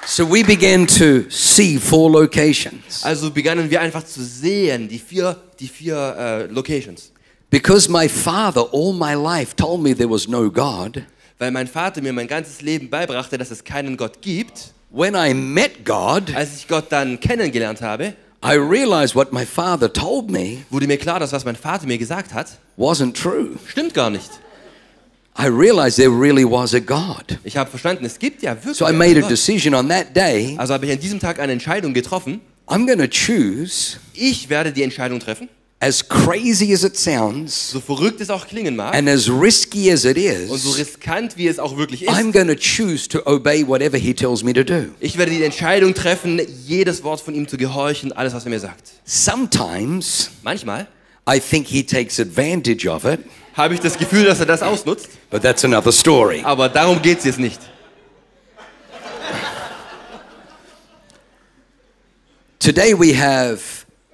Speaker 2: So we began to see four locations.
Speaker 3: Also begannen wir einfach zu sehen, die vier, die vier äh, Locations.
Speaker 2: Because my father all my life told me there was no God,
Speaker 3: Weil mein Vater mir mein ganzes Leben beibrachte, dass es keinen Gott gibt.
Speaker 2: when I met God,
Speaker 3: Als ich Gott dann kennengelernt habe,
Speaker 2: I realized what my father told me
Speaker 3: wurde mir klar, dass was mein Vater mir gesagt hat,
Speaker 2: wasn't true.
Speaker 3: stimmt gar nicht.
Speaker 2: I realized there really was a God.
Speaker 3: Ich habe verstanden, es gibt ja wirklich.
Speaker 2: So I made
Speaker 3: einen
Speaker 2: a
Speaker 3: Gott.
Speaker 2: decision on that day
Speaker 3: Also habe ich an diesem Tag eine Entscheidung getroffen.
Speaker 2: I'm going to choose,
Speaker 3: Ich werde die Entscheidung treffen,
Speaker 2: as crazy as it sounds
Speaker 3: so verrückt es auch klingen mag
Speaker 2: and as risky as it
Speaker 3: und so
Speaker 2: is,
Speaker 3: riskant, wie es auch wirklich
Speaker 2: I'm
Speaker 3: ist.
Speaker 2: going to choose to obey whatever he tells me to do.
Speaker 3: Ich werde die Entscheidung treffen, jedes Wort von ihm zu gehorchen, alles, was er mir sagt.
Speaker 2: Sometimes
Speaker 3: Manchmal
Speaker 2: I think he takes advantage of it,
Speaker 3: habe ich das Gefühl, dass er das ausnutzt,
Speaker 2: but that's another story.
Speaker 3: aber darum geht es jetzt nicht.
Speaker 2: Today we have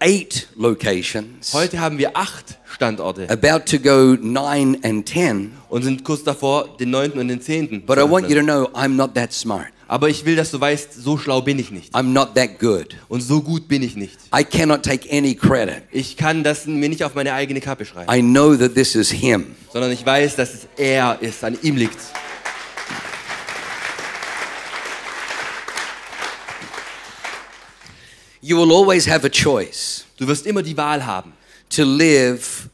Speaker 2: eight locations,
Speaker 3: Heute haben wir acht Standorte
Speaker 2: about to go nine and ten.
Speaker 3: und sind kurz davor, den neunten und den zehnten.
Speaker 2: But I
Speaker 3: zu
Speaker 2: want you
Speaker 3: öffnen.
Speaker 2: to know I'm not that smart.
Speaker 3: Aber ich will, dass du weißt, so schlau bin ich nicht
Speaker 2: I'm not that good.
Speaker 3: und so gut bin ich nicht.
Speaker 2: I cannot take any credit.
Speaker 3: Ich kann das mir nicht auf meine eigene Kappe schreiben,
Speaker 2: I know that this is him.
Speaker 3: sondern ich weiß, dass es er ist, an ihm liegt.
Speaker 2: You will always have a choice
Speaker 3: Du wirst immer die Wahl haben,
Speaker 2: to live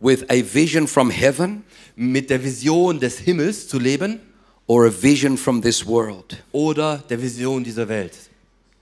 Speaker 2: with a vision from heaven
Speaker 3: mit der Vision des Himmels zu leben
Speaker 2: or a vision from this world.
Speaker 3: oder der Vision dieser Welt.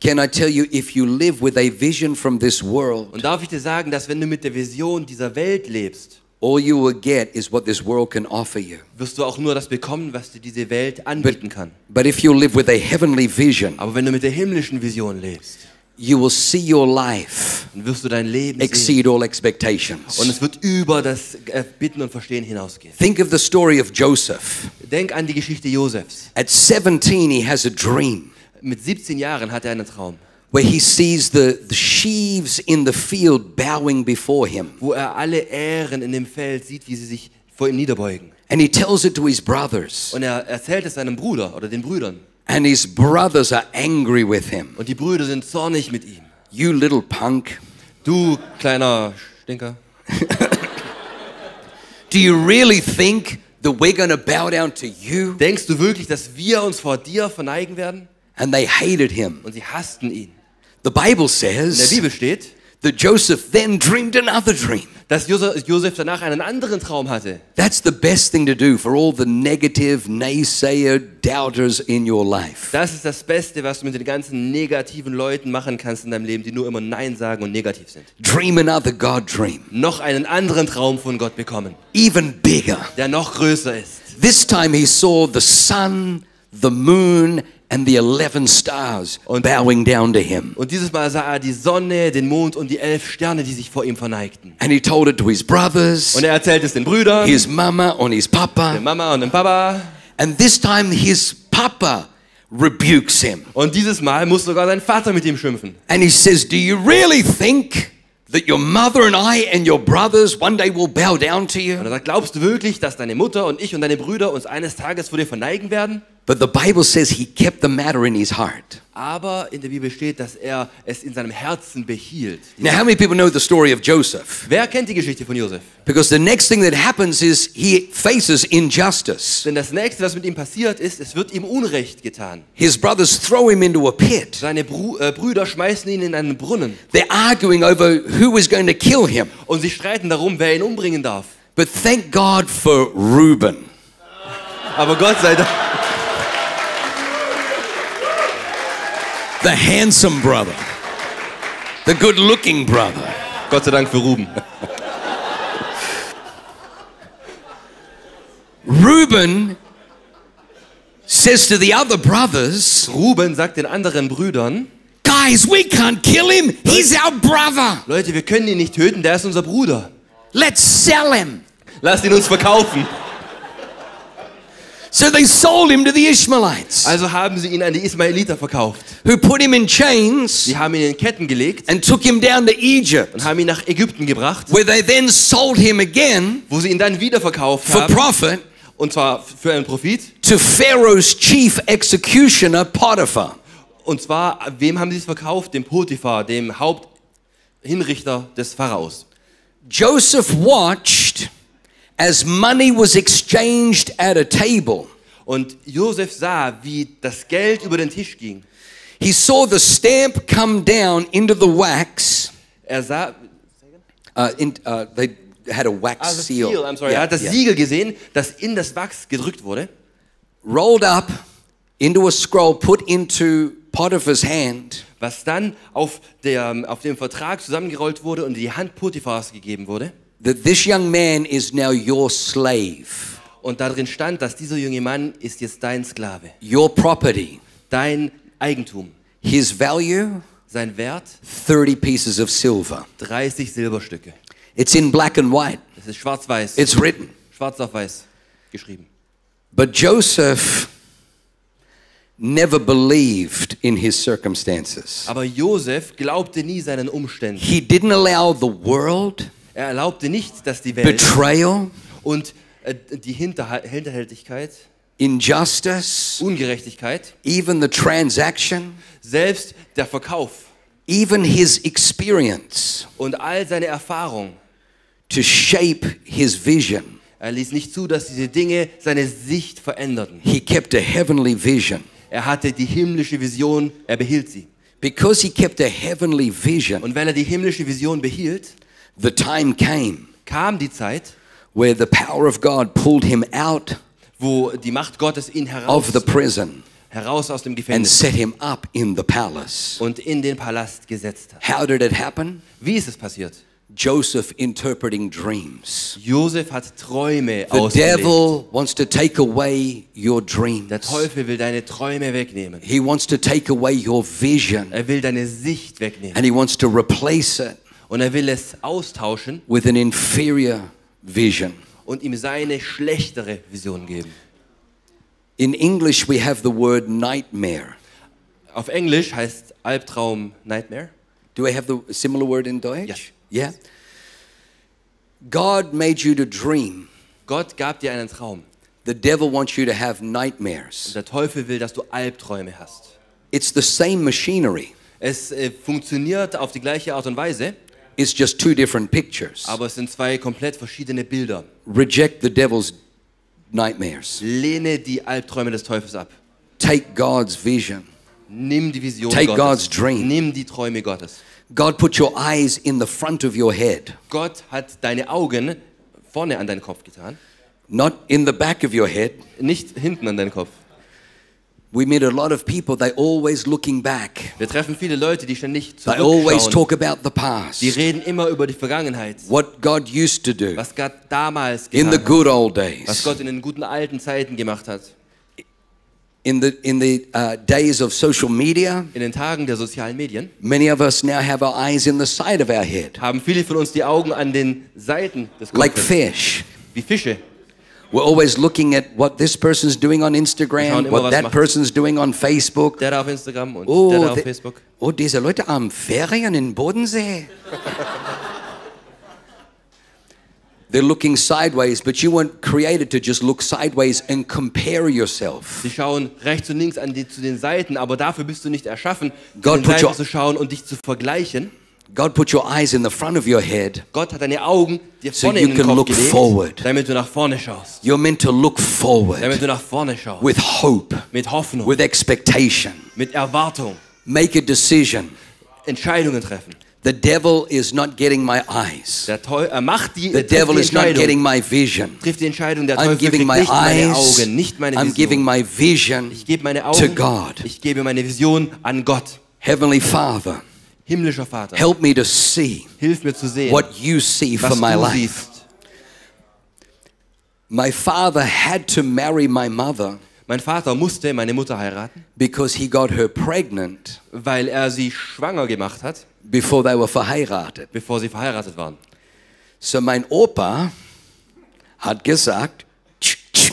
Speaker 2: Can I tell you, if you live with a vision from this world,
Speaker 3: Und darf ich dir sagen, dass wenn du mit der Vision dieser Welt lebst,
Speaker 2: all you will get is what this world can offer you.
Speaker 3: wirst du auch nur das bekommen, was dir diese Welt anbieten kann.
Speaker 2: But if you live with a heavenly vision,
Speaker 3: Aber wenn du mit der himmlischen Vision lebst,
Speaker 2: you will see your life
Speaker 3: dann wirst du dein Leben sehen.
Speaker 2: exceed all
Speaker 3: Und
Speaker 2: expectations.
Speaker 3: es wird über das äh, Bitten und Verstehen hinausgehen.
Speaker 2: Think of the story of Joseph.
Speaker 3: Denk an die Geschichte Josefs.
Speaker 2: At 17, he has a dream
Speaker 3: Mit 17 Jahren hat er einen Traum,
Speaker 2: where he sees the, the sheaves in the field bowing before him.
Speaker 3: wo er alle Ähren in dem Feld sieht, wie sie sich vor ihm niederbeugen.
Speaker 2: And he tells it to his brothers.
Speaker 3: Und er erzählt es seinem Bruder oder den Brüdern.
Speaker 2: And his brothers are angry with him.
Speaker 3: Und die Brüder sind zornig mit ihm.
Speaker 2: You little punk.
Speaker 3: Du kleiner Stinker,
Speaker 2: Do you really think that we're going to bow down to you?
Speaker 3: denkst du wirklich, dass wir uns vor dir verneigen werden?
Speaker 2: And they hated him.
Speaker 3: Und sie hassten ihn.
Speaker 2: The Bible
Speaker 3: In der
Speaker 2: says
Speaker 3: Bibel steht,
Speaker 2: that Joseph then dreamed another dream.
Speaker 3: dass Jose- Josef danach einen anderen Traum hatte.
Speaker 2: That's the best thing to do for all the negative, naysayer, doubters in your life.
Speaker 3: Das ist das Beste, was du mit den ganzen negativen Leuten machen kannst in deinem Leben, die nur immer Nein sagen und negativ sind.
Speaker 2: Dream another God dream,
Speaker 3: Noch einen anderen Traum von Gott bekommen,
Speaker 2: even bigger.
Speaker 3: der noch größer ist.
Speaker 2: This time he saw the sun, the moon, and the 11 stars
Speaker 3: Und-
Speaker 2: bowing down to him.
Speaker 3: Und dieses Mal sah er die Sonne, den Mond und die elf Sterne, die sich vor ihm verneigten.
Speaker 2: And he told it to his brothers,
Speaker 3: Und er erzählt es den Brüdern,
Speaker 2: his mama, and his
Speaker 3: der
Speaker 2: papa.
Speaker 3: Mama und dem Papa.
Speaker 2: And this time his papa rebukes him.
Speaker 3: Und dieses Mal muss sogar sein Vater mit ihm schimpfen.
Speaker 2: And he says, Do you really think that your mother and I and your brothers one day will bow down to you?
Speaker 3: Und er sagt, glaubst du wirklich, dass deine Mutter und ich und deine Brüder uns eines Tages vor dir verneigen werden?
Speaker 2: But the Bible says he kept the matter in his heart.
Speaker 3: Aber in der Bibel steht, dass er es in seinem Herzen behielt.
Speaker 2: Now, how many people know the story of Joseph?
Speaker 3: Wer kennt die Geschichte von Josef?
Speaker 2: Because the next thing that happens is he faces injustice.
Speaker 3: Denn das nächste, was mit ihm passiert ist, es wird ihm Unrecht getan.
Speaker 2: His brothers throw him into a pit.
Speaker 3: Seine Bru äh, Brüder schmeißen ihn in einen Brunnen
Speaker 2: They're arguing over who is going to kill him.
Speaker 3: und sie streiten darum, wer ihn umbringen darf.
Speaker 2: But thank God for Reuben.
Speaker 3: Aber Gott sei Dank,
Speaker 2: The handsome brother, the good looking brother.
Speaker 3: Gott sei Dank für Ruben.
Speaker 2: Reuben says to the other brothers,
Speaker 3: Ruben sagt den anderen Brüdern,
Speaker 2: Guys, we can't kill him. He's our brother.
Speaker 3: Leute, wir können ihn nicht töten, der ist unser Bruder.
Speaker 2: Let's sell him.
Speaker 3: Lasst ihn uns verkaufen.
Speaker 2: So they sold him to the Ishmaelites,
Speaker 3: Also haben sie ihn an die Ismaeliter verkauft.
Speaker 2: who put him in chains
Speaker 3: Sie haben ihn in Ketten gelegt
Speaker 2: and took him down to Egypt,
Speaker 3: und haben ihn nach Ägypten gebracht,
Speaker 2: where they then sold him again
Speaker 3: wo sie ihn dann wieder verkauft
Speaker 2: for
Speaker 3: haben.
Speaker 2: profit
Speaker 3: Und zwar für einen Profit.
Speaker 2: to Pharaoh's chief executioner, Potiphar.
Speaker 3: Und zwar, wem haben sie es verkauft? Dem Potiphar, dem Haupthinrichter des Pharaos.
Speaker 2: Joseph watched as money was exchanged at a table.
Speaker 3: Und Josef sah, wie das Geld über den Tisch ging.
Speaker 2: He saw the stamp come down into the wax.
Speaker 3: Er sah
Speaker 2: Uh, in, uh, they had a wax
Speaker 3: also
Speaker 2: seal.
Speaker 3: Ah, Seal, I'm sorry.
Speaker 2: Yeah,
Speaker 3: er hat das
Speaker 2: yeah.
Speaker 3: Siegel gesehen, das in das Wachs gedrückt wurde.
Speaker 2: Rolled up into a scroll, put into Potiphar's hand.
Speaker 3: was dann auf, der, auf dem Vertrag zusammengerollt wurde und in die Hand Potiphars gegeben wurde.
Speaker 2: That this young man is now your slave,
Speaker 3: Und darin stand, dass dieser junge Mann ist jetzt dein Sklave,
Speaker 2: your property.
Speaker 3: dein Eigentum.
Speaker 2: His value,
Speaker 3: Sein Wert
Speaker 2: 30 pieces of silver.
Speaker 3: 30 Silberstücke.
Speaker 2: It's in black and white.
Speaker 3: Das ist schwarz-weiß,
Speaker 2: It's written.
Speaker 3: schwarz auf weiß geschrieben.
Speaker 2: But Joseph never believed in his circumstances.
Speaker 3: Aber Josef glaubte nie seinen Umständen.
Speaker 2: He didn't allow the world,
Speaker 3: Er erlaubte nicht, dass die Welt
Speaker 2: betrayal,
Speaker 3: und äh, die Hinterha- Hinterhältigkeit,
Speaker 2: injustice,
Speaker 3: Ungerechtigkeit,
Speaker 2: even the transaction,
Speaker 3: selbst der Verkauf
Speaker 2: even his experience
Speaker 3: und all seine Erfahrung
Speaker 2: to shape his vision.
Speaker 3: Er ließ nicht zu, dass diese Dinge seine Sicht veränderten.
Speaker 2: He kept a heavenly vision.
Speaker 3: Er hatte die himmlische Vision, er behielt sie.
Speaker 2: Because he kept a heavenly vision,
Speaker 3: Und weil er die himmlische Vision behielt,
Speaker 2: the time came
Speaker 3: kam die Zeit,
Speaker 2: where the power of God pulled him out
Speaker 3: wo die Macht Gottes ihn heraus,
Speaker 2: of the prison
Speaker 3: heraus aus dem
Speaker 2: and
Speaker 3: Gefängnis
Speaker 2: set him up in the palace.
Speaker 3: und in den Palast gesetzt hat.
Speaker 2: How did it happen?
Speaker 3: Wie ist es passiert?
Speaker 2: Joseph interpreting dreams.
Speaker 3: Josef hat Träume
Speaker 2: The
Speaker 3: ausgelegt.
Speaker 2: devil wants to take away your
Speaker 3: Der
Speaker 2: dreams.
Speaker 3: Teufel will deine Träume wegnehmen.
Speaker 2: He wants to take away your vision
Speaker 3: Er will deine Sicht wegnehmen.
Speaker 2: and he wants to replace it
Speaker 3: Und er will es austauschen
Speaker 2: with an inferior vision.
Speaker 3: und ihm seine schlechtere Vision geben.
Speaker 2: In English, we have the word nightmare.
Speaker 3: Auf Englisch heißt Albtraum Nightmare.
Speaker 2: Do I have the similar word in Deutsch?
Speaker 3: Yes.
Speaker 2: Yeah. God made you to dream.
Speaker 3: Gott gab dir einen Traum.
Speaker 2: The devil wants you to have nightmares.
Speaker 3: Der Teufel will, dass du Albträume hast.
Speaker 2: It's the same machinery.
Speaker 3: Es äh, funktioniert auf die gleiche Art und Weise,
Speaker 2: It's just two different pictures.
Speaker 3: aber es sind zwei komplett verschiedene Bilder.
Speaker 2: Reject the devil's nightmares.
Speaker 3: Lehne die Albträume des Teufels ab.
Speaker 2: Take God's vision.
Speaker 3: Nimm die Vision
Speaker 2: Take God's
Speaker 3: Gottes.
Speaker 2: dream.
Speaker 3: Nimm die Träume Gottes.
Speaker 2: God put your eyes in the front of your head,
Speaker 3: Gott hat deine Augen vorne an deinen Kopf getan,
Speaker 2: not in the back of your head.
Speaker 3: nicht hinten an deinen Kopf.
Speaker 2: We meet a lot of people, they always looking back.
Speaker 3: Wir treffen viele Leute, die ständig
Speaker 2: They always
Speaker 3: zurückschauen.
Speaker 2: talk about the
Speaker 3: Die
Speaker 2: past,
Speaker 3: reden immer über die Vergangenheit,
Speaker 2: what God used to do
Speaker 3: was Gott damals
Speaker 2: in the
Speaker 3: getan hat,
Speaker 2: good old
Speaker 3: was
Speaker 2: days,
Speaker 3: Gott in den guten alten Zeiten gemacht hat,
Speaker 2: in the, in the uh, days of social media.
Speaker 3: in den Tagen der sozialen Medien.
Speaker 2: Many of us now have our eyes in the side of our head,
Speaker 3: haben viele von uns die Augen an den Seiten des
Speaker 2: like
Speaker 3: Kopfes,
Speaker 2: fish.
Speaker 3: wie Fische.
Speaker 2: We're always looking at what this person's doing on
Speaker 3: schauen
Speaker 2: Instagram,
Speaker 3: immer,
Speaker 2: what
Speaker 3: was
Speaker 2: that
Speaker 3: macht-
Speaker 2: person's doing on Facebook.
Speaker 3: Der da auf Instagram und der da
Speaker 2: Oh,
Speaker 3: auf
Speaker 2: the-
Speaker 3: Facebook.
Speaker 2: oh, diese Leute haben Ferien in Bodensee. They're looking sideways, but you weren't created to just look sideways and compare yourself.
Speaker 3: Sie schauen rechts und links an die, zu den Seiten, aber dafür bist du nicht erschaffen, zu
Speaker 2: Gott
Speaker 3: den
Speaker 2: tut
Speaker 3: Seiten
Speaker 2: ja-
Speaker 3: zu schauen und dich zu vergleichen.
Speaker 2: God put your eyes in the front of your head.
Speaker 3: Gott hat deine Augen dir
Speaker 2: So
Speaker 3: vorne
Speaker 2: you
Speaker 3: in
Speaker 2: can
Speaker 3: den Kopf
Speaker 2: look
Speaker 3: gelegt,
Speaker 2: forward.
Speaker 3: damit du nach vorne schaust.
Speaker 2: You're meant to look
Speaker 3: Damit
Speaker 2: forward
Speaker 3: du nach vorne schaust.
Speaker 2: with hope,
Speaker 3: mit Hoffnung,
Speaker 2: with expectation.
Speaker 3: mit Erwartung.
Speaker 2: Make a decision.
Speaker 3: Entscheidungen treffen.
Speaker 2: The devil is not getting my eyes.
Speaker 3: Der Teu er macht die,
Speaker 2: The
Speaker 3: er trifft
Speaker 2: devil
Speaker 3: die
Speaker 2: is not getting
Speaker 3: Entscheidung.
Speaker 2: my vision.
Speaker 3: Trifft die Entscheidung, der
Speaker 2: I'm
Speaker 3: Teufel
Speaker 2: giving
Speaker 3: kriegt
Speaker 2: my
Speaker 3: nicht meine
Speaker 2: eyes.
Speaker 3: Augen, nicht meine
Speaker 2: I'm giving
Speaker 3: Vision.
Speaker 2: my vision
Speaker 3: Ich gebe meine
Speaker 2: to
Speaker 3: Augen,
Speaker 2: God.
Speaker 3: ich gebe meine Vision an Gott.
Speaker 2: Heavenly Father,
Speaker 3: Himmlischer Vater,
Speaker 2: help me to see
Speaker 3: hilf mir zu sehen,
Speaker 2: what you see
Speaker 3: was
Speaker 2: for my
Speaker 3: du
Speaker 2: life.
Speaker 3: siehst.
Speaker 2: My father had to marry my mother
Speaker 3: Mein Vater musste meine Mutter heiraten,
Speaker 2: because he got her pregnant
Speaker 3: weil er sie schwanger gemacht hat,
Speaker 2: before they were verheiratet.
Speaker 3: bevor sie verheiratet waren.
Speaker 2: So mein Opa hat gesagt, tsch, tsch.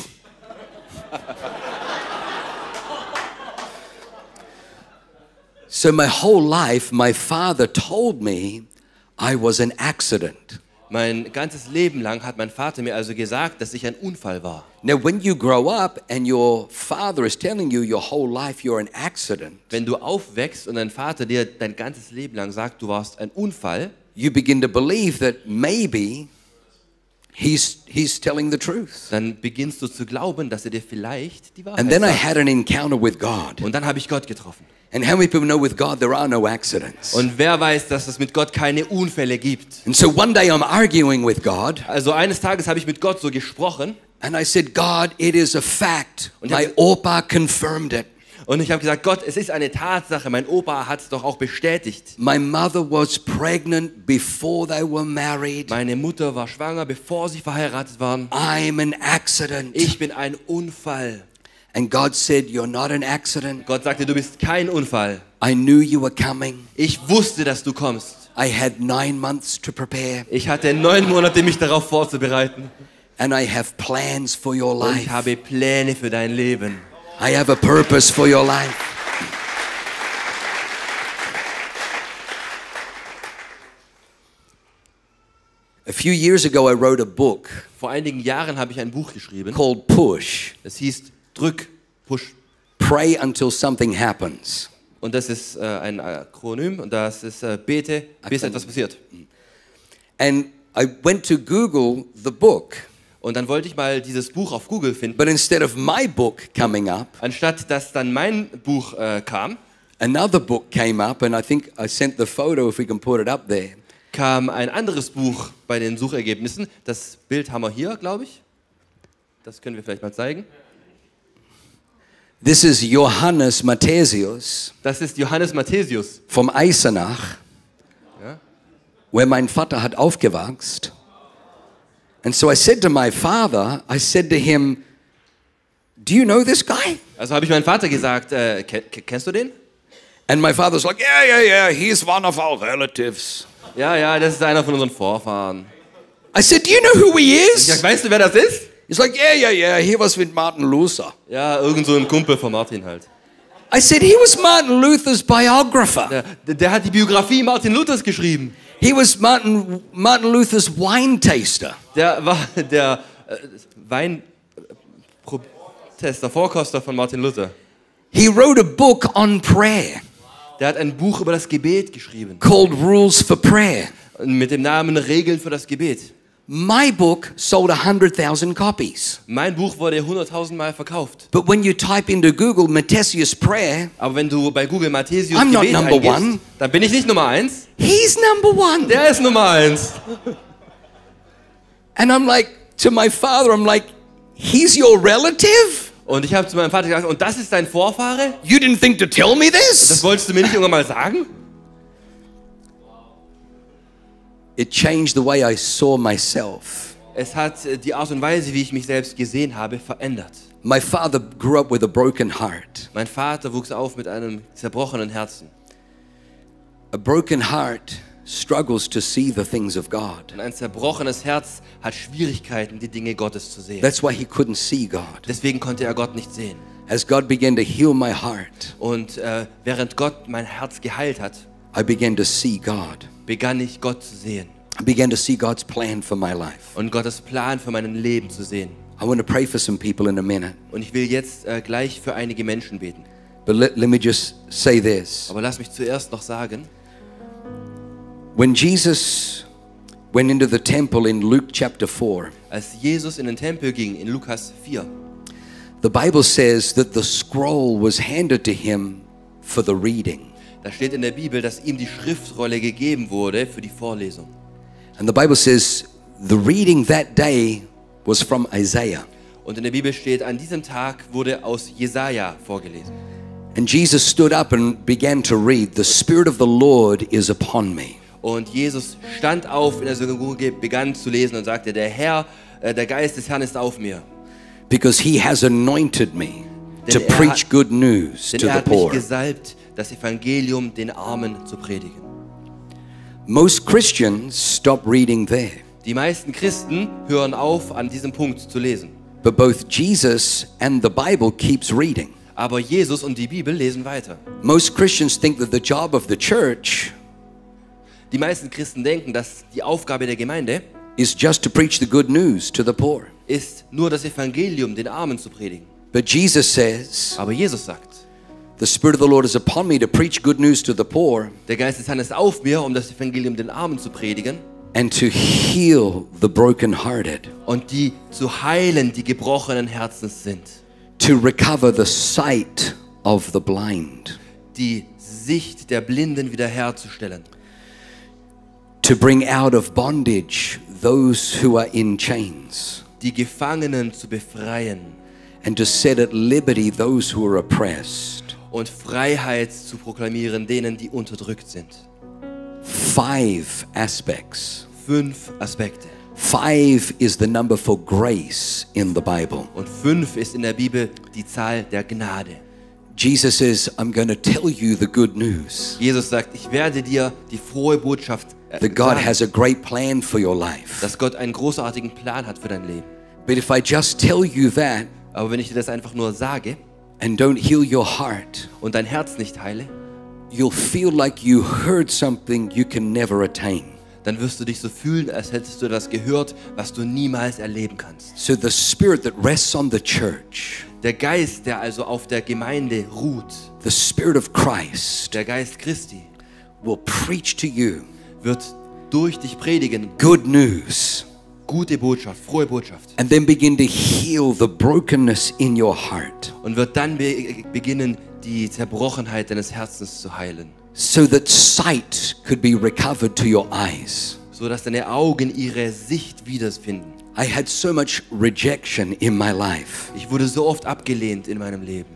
Speaker 2: So my whole life, my father told me I was an accident.
Speaker 3: Mein ganzes Leben lang hat mein Vater mir also gesagt, dass ich ein Unfall war.
Speaker 2: Now, when you grow up and your father is telling you your whole life you're an accident,
Speaker 3: Wenn du aufwächst und dein Vater dir dein ganzes Leben lang sagt, du warst ein Unfall,
Speaker 2: you begin to believe that maybe he's, he's telling the truth.
Speaker 3: dann beginnst du zu glauben, dass er dir vielleicht die Wahrheit
Speaker 2: And then I
Speaker 3: sagt.
Speaker 2: had an encounter with God.
Speaker 3: Und dann habe ich Gott getroffen.
Speaker 2: And how many people know with God there are no accidents?
Speaker 3: Und wer weiß, dass es mit Gott keine Unfälle gibt?
Speaker 2: And so one day I'm arguing with God,
Speaker 3: Also eines Tages habe ich mit Gott so gesprochen
Speaker 2: and I said, God, it is a fact.
Speaker 3: Und
Speaker 2: My
Speaker 3: hab-
Speaker 2: Opa confirmed it.
Speaker 3: und ich habe gesagt, Gott, es ist eine Tatsache, mein Opa hat es doch auch bestätigt.
Speaker 2: My mother was pregnant before they were married.
Speaker 3: Meine Mutter war schwanger, bevor sie verheiratet waren.
Speaker 2: I'm an accident.
Speaker 3: Ich bin ein Unfall.
Speaker 2: And God said, You're not an accident.
Speaker 3: Gott sagte, du bist kein Unfall.
Speaker 2: I knew you were coming.
Speaker 3: Ich wusste, dass du kommst.
Speaker 2: I had nine months to prepare,
Speaker 3: Ich hatte neun Monate, mich darauf vorzubereiten.
Speaker 2: and I have plans for your
Speaker 3: Und ich
Speaker 2: life.
Speaker 3: habe Pläne für dein Leben.
Speaker 2: I have a purpose for your life. A few years ago, I wrote a book
Speaker 3: Vor einigen Jahren habe ich ein Buch geschrieben.
Speaker 2: called Push
Speaker 3: Es hieß Drück, Push.
Speaker 2: Pray Until Something Happens.
Speaker 3: Und das ist äh, ein Akronym. Und das ist äh, Bete, bis
Speaker 2: Akronym.
Speaker 3: etwas passiert.
Speaker 2: And I went to Google the book,
Speaker 3: Und dann wollte ich mal dieses Buch auf Google finden.
Speaker 2: but instead of my book coming up,
Speaker 3: Anstatt dass dann mein Buch äh, kam,
Speaker 2: another book came up, and I think I sent the photo if we can put it up there.
Speaker 3: kam ein anderes Buch bei den Suchergebnissen. Das Bild haben wir hier, glaube ich. Das können wir vielleicht mal zeigen.
Speaker 2: This is Johannes Mathesius
Speaker 3: Das ist Johannes Mathesius.
Speaker 2: vom Eisenach,
Speaker 3: Ja?
Speaker 2: where mein Vater hat aufgewachsen. And so I said to my father, I said to him, Do you know this guy?
Speaker 3: Also habe ich meinem Vater gesagt, äh, ke- ke- kennst du den?
Speaker 2: And my father's like, Yeah, yeah, yeah, he's one of our relatives.
Speaker 3: Ja, ja, das ist einer von unseren Vorfahren.
Speaker 2: I said, Do you know who he
Speaker 3: Ich sag,
Speaker 2: is?
Speaker 3: weißt du, wer das ist?
Speaker 2: He's like, Yeah, yeah, yeah, he was with Martin Luther.
Speaker 3: Ja, irgend so ein Kumpel von Martin halt.
Speaker 2: I said, He was Martin Luther's biographer.
Speaker 3: Der, der hat die Biografie Martin Luthers geschrieben.
Speaker 2: He was Martin, Martin Luther's wine taster.
Speaker 3: Der war der äh, Weinprotester, Vorkoster von Martin Luther.
Speaker 2: He wrote a book on prayer
Speaker 3: Der hat ein Buch über das Gebet geschrieben.
Speaker 2: called Rules for Prayer.
Speaker 3: Mit dem Namen Regeln für das Gebet.
Speaker 2: My book sold 100,000 copies.
Speaker 3: Mein Buch wurde 100.000 Mal verkauft.
Speaker 2: But when you type into Google Matthias prayer,
Speaker 3: Aber wenn du bei Google Mathesius
Speaker 2: I'm not
Speaker 3: Gebet
Speaker 2: number
Speaker 3: eingibst,
Speaker 2: one.
Speaker 3: dann bin ich nicht Nummer eins.
Speaker 2: he's number one.
Speaker 3: Der ist Nummer eins.
Speaker 2: And I'm like, to my father, I'm like, he's your relative?
Speaker 3: Und ich habe zu meinem Vater gesagt, und das ist dein Vorfahre?
Speaker 2: You didn't think to tell me
Speaker 3: Das
Speaker 2: this?
Speaker 3: wolltest du mir nicht irgendwann mal sagen?
Speaker 2: It changed the way I saw myself.
Speaker 3: Es hat äh, die Art und Weise, wie ich mich selbst gesehen habe, verändert.
Speaker 2: My father grew up with a broken heart.
Speaker 3: Mein Vater wuchs auf mit einem zerbrochenen Herzen.
Speaker 2: A broken heart struggles to see the things of God.
Speaker 3: Und ein zerbrochenes Herz hat Schwierigkeiten, die Dinge Gottes zu sehen.
Speaker 2: That's why he couldn't see God.
Speaker 3: Deswegen konnte er Gott nicht sehen.
Speaker 2: As God began to heal my heart,
Speaker 3: Und äh, während Gott mein Herz geheilt hat,
Speaker 2: I began to see God.
Speaker 3: begann ich Gott zu sehen
Speaker 2: I began to see God's plan for my life.
Speaker 3: und Gottes Plan für mein Leben zu sehen.
Speaker 2: I want to pray for some people in a minute,
Speaker 3: Und ich will jetzt äh, gleich für einige Menschen beten.
Speaker 2: but let, let me just say this.
Speaker 3: Aber lass mich zuerst noch sagen,
Speaker 2: When Jesus went into the temple in Luke chapter 4,
Speaker 3: als Jesus in den Tempel ging, in Lukas 4,
Speaker 2: the Bible says that the scroll was handed to him for the reading.
Speaker 3: da steht in der Bibel, dass ihm die Schriftrolle gegeben wurde für die Vorlesung.
Speaker 2: And the Bible says the reading that day was from Isaiah.
Speaker 3: Und in der Bibel steht, an diesem Tag wurde aus Jesaja vorgelesen.
Speaker 2: And Jesus stood up and began to read, The Spirit of the Lord is upon me.
Speaker 3: Und Jesus stand auf in der Synagoge, begann zu lesen und sagte, der Herr, äh, der Geist des Herrn ist auf mir.
Speaker 2: because he has anointed me to
Speaker 3: Denn er
Speaker 2: preach
Speaker 3: hat-
Speaker 2: good news
Speaker 3: Denn
Speaker 2: to
Speaker 3: er
Speaker 2: the
Speaker 3: hat mich
Speaker 2: poor.
Speaker 3: gesalbt, das Evangelium den Armen zu predigen.
Speaker 2: Most Christians stop reading there,
Speaker 3: Die meisten Christen hören auf, an diesem Punkt zu lesen.
Speaker 2: but both Jesus and the Bible keeps reading.
Speaker 3: Aber Jesus und die Bibel lesen weiter.
Speaker 2: Most Christians think that the job of the church
Speaker 3: Die meisten Christen denken, dass die Aufgabe der Gemeinde
Speaker 2: is just to preach the good news to the poor.
Speaker 3: ist nur das Evangelium den Armen zu predigen.
Speaker 2: But Jesus says,
Speaker 3: Aber Jesus sagt,
Speaker 2: The Spirit of the Lord is upon me to preach good news to the poor
Speaker 3: der Geist des Herrn ist auf mir, um das Evangelium den Armen zu predigen
Speaker 2: and to heal the brokenhearted,
Speaker 3: und die zu heilen, die gebrochenen Herzens sind,
Speaker 2: to recover the sight of the blind,
Speaker 3: die Sicht der Blinden wiederherzustellen,
Speaker 2: to bring out of bondage those who are in chains,
Speaker 3: die Gefangenen zu befreien
Speaker 2: and to set at liberty those who are oppressed.
Speaker 3: und Freiheit zu proklamieren denen, die unterdrückt sind.
Speaker 2: Five aspects.
Speaker 3: Fünf Aspekte.
Speaker 2: Five is the number for grace in the Bible.
Speaker 3: Und fünf ist in der Bibel die Zahl der Gnade.
Speaker 2: Jesus says, I'm going to tell you the good news
Speaker 3: Jesus sagt, ich werde dir die frohe Botschaft äh,
Speaker 2: that God
Speaker 3: sagen,
Speaker 2: has a great plan for your life.
Speaker 3: dass Gott einen großartigen Plan hat für dein Leben.
Speaker 2: But if I just tell you that
Speaker 3: Aber wenn ich dir das einfach nur sage
Speaker 2: and don't heal your heart,
Speaker 3: und dein Herz nicht heile,
Speaker 2: you'll feel like you heard something you can never attain.
Speaker 3: dann wirst du dich so fühlen, als hättest du das gehört, was du niemals erleben kannst.
Speaker 2: So the spirit that rests on the church,
Speaker 3: Der Geist, der also auf der Gemeinde ruht,
Speaker 2: the spirit of Christ,
Speaker 3: der Geist Christi,
Speaker 2: will preach to you
Speaker 3: wird durch dich predigen,
Speaker 2: good news
Speaker 3: gute Botschaft, frohe Botschaft,
Speaker 2: and then begin to heal the brokenness in your heart
Speaker 3: und wird dann be beginnen, die Zerbrochenheit deines Herzens zu heilen,
Speaker 2: so that sight could be recovered to your eyes.
Speaker 3: sodass deine Augen ihre Sicht wiederfinden.
Speaker 2: I had so much rejection in my life
Speaker 3: Ich wurde so oft abgelehnt in meinem Leben,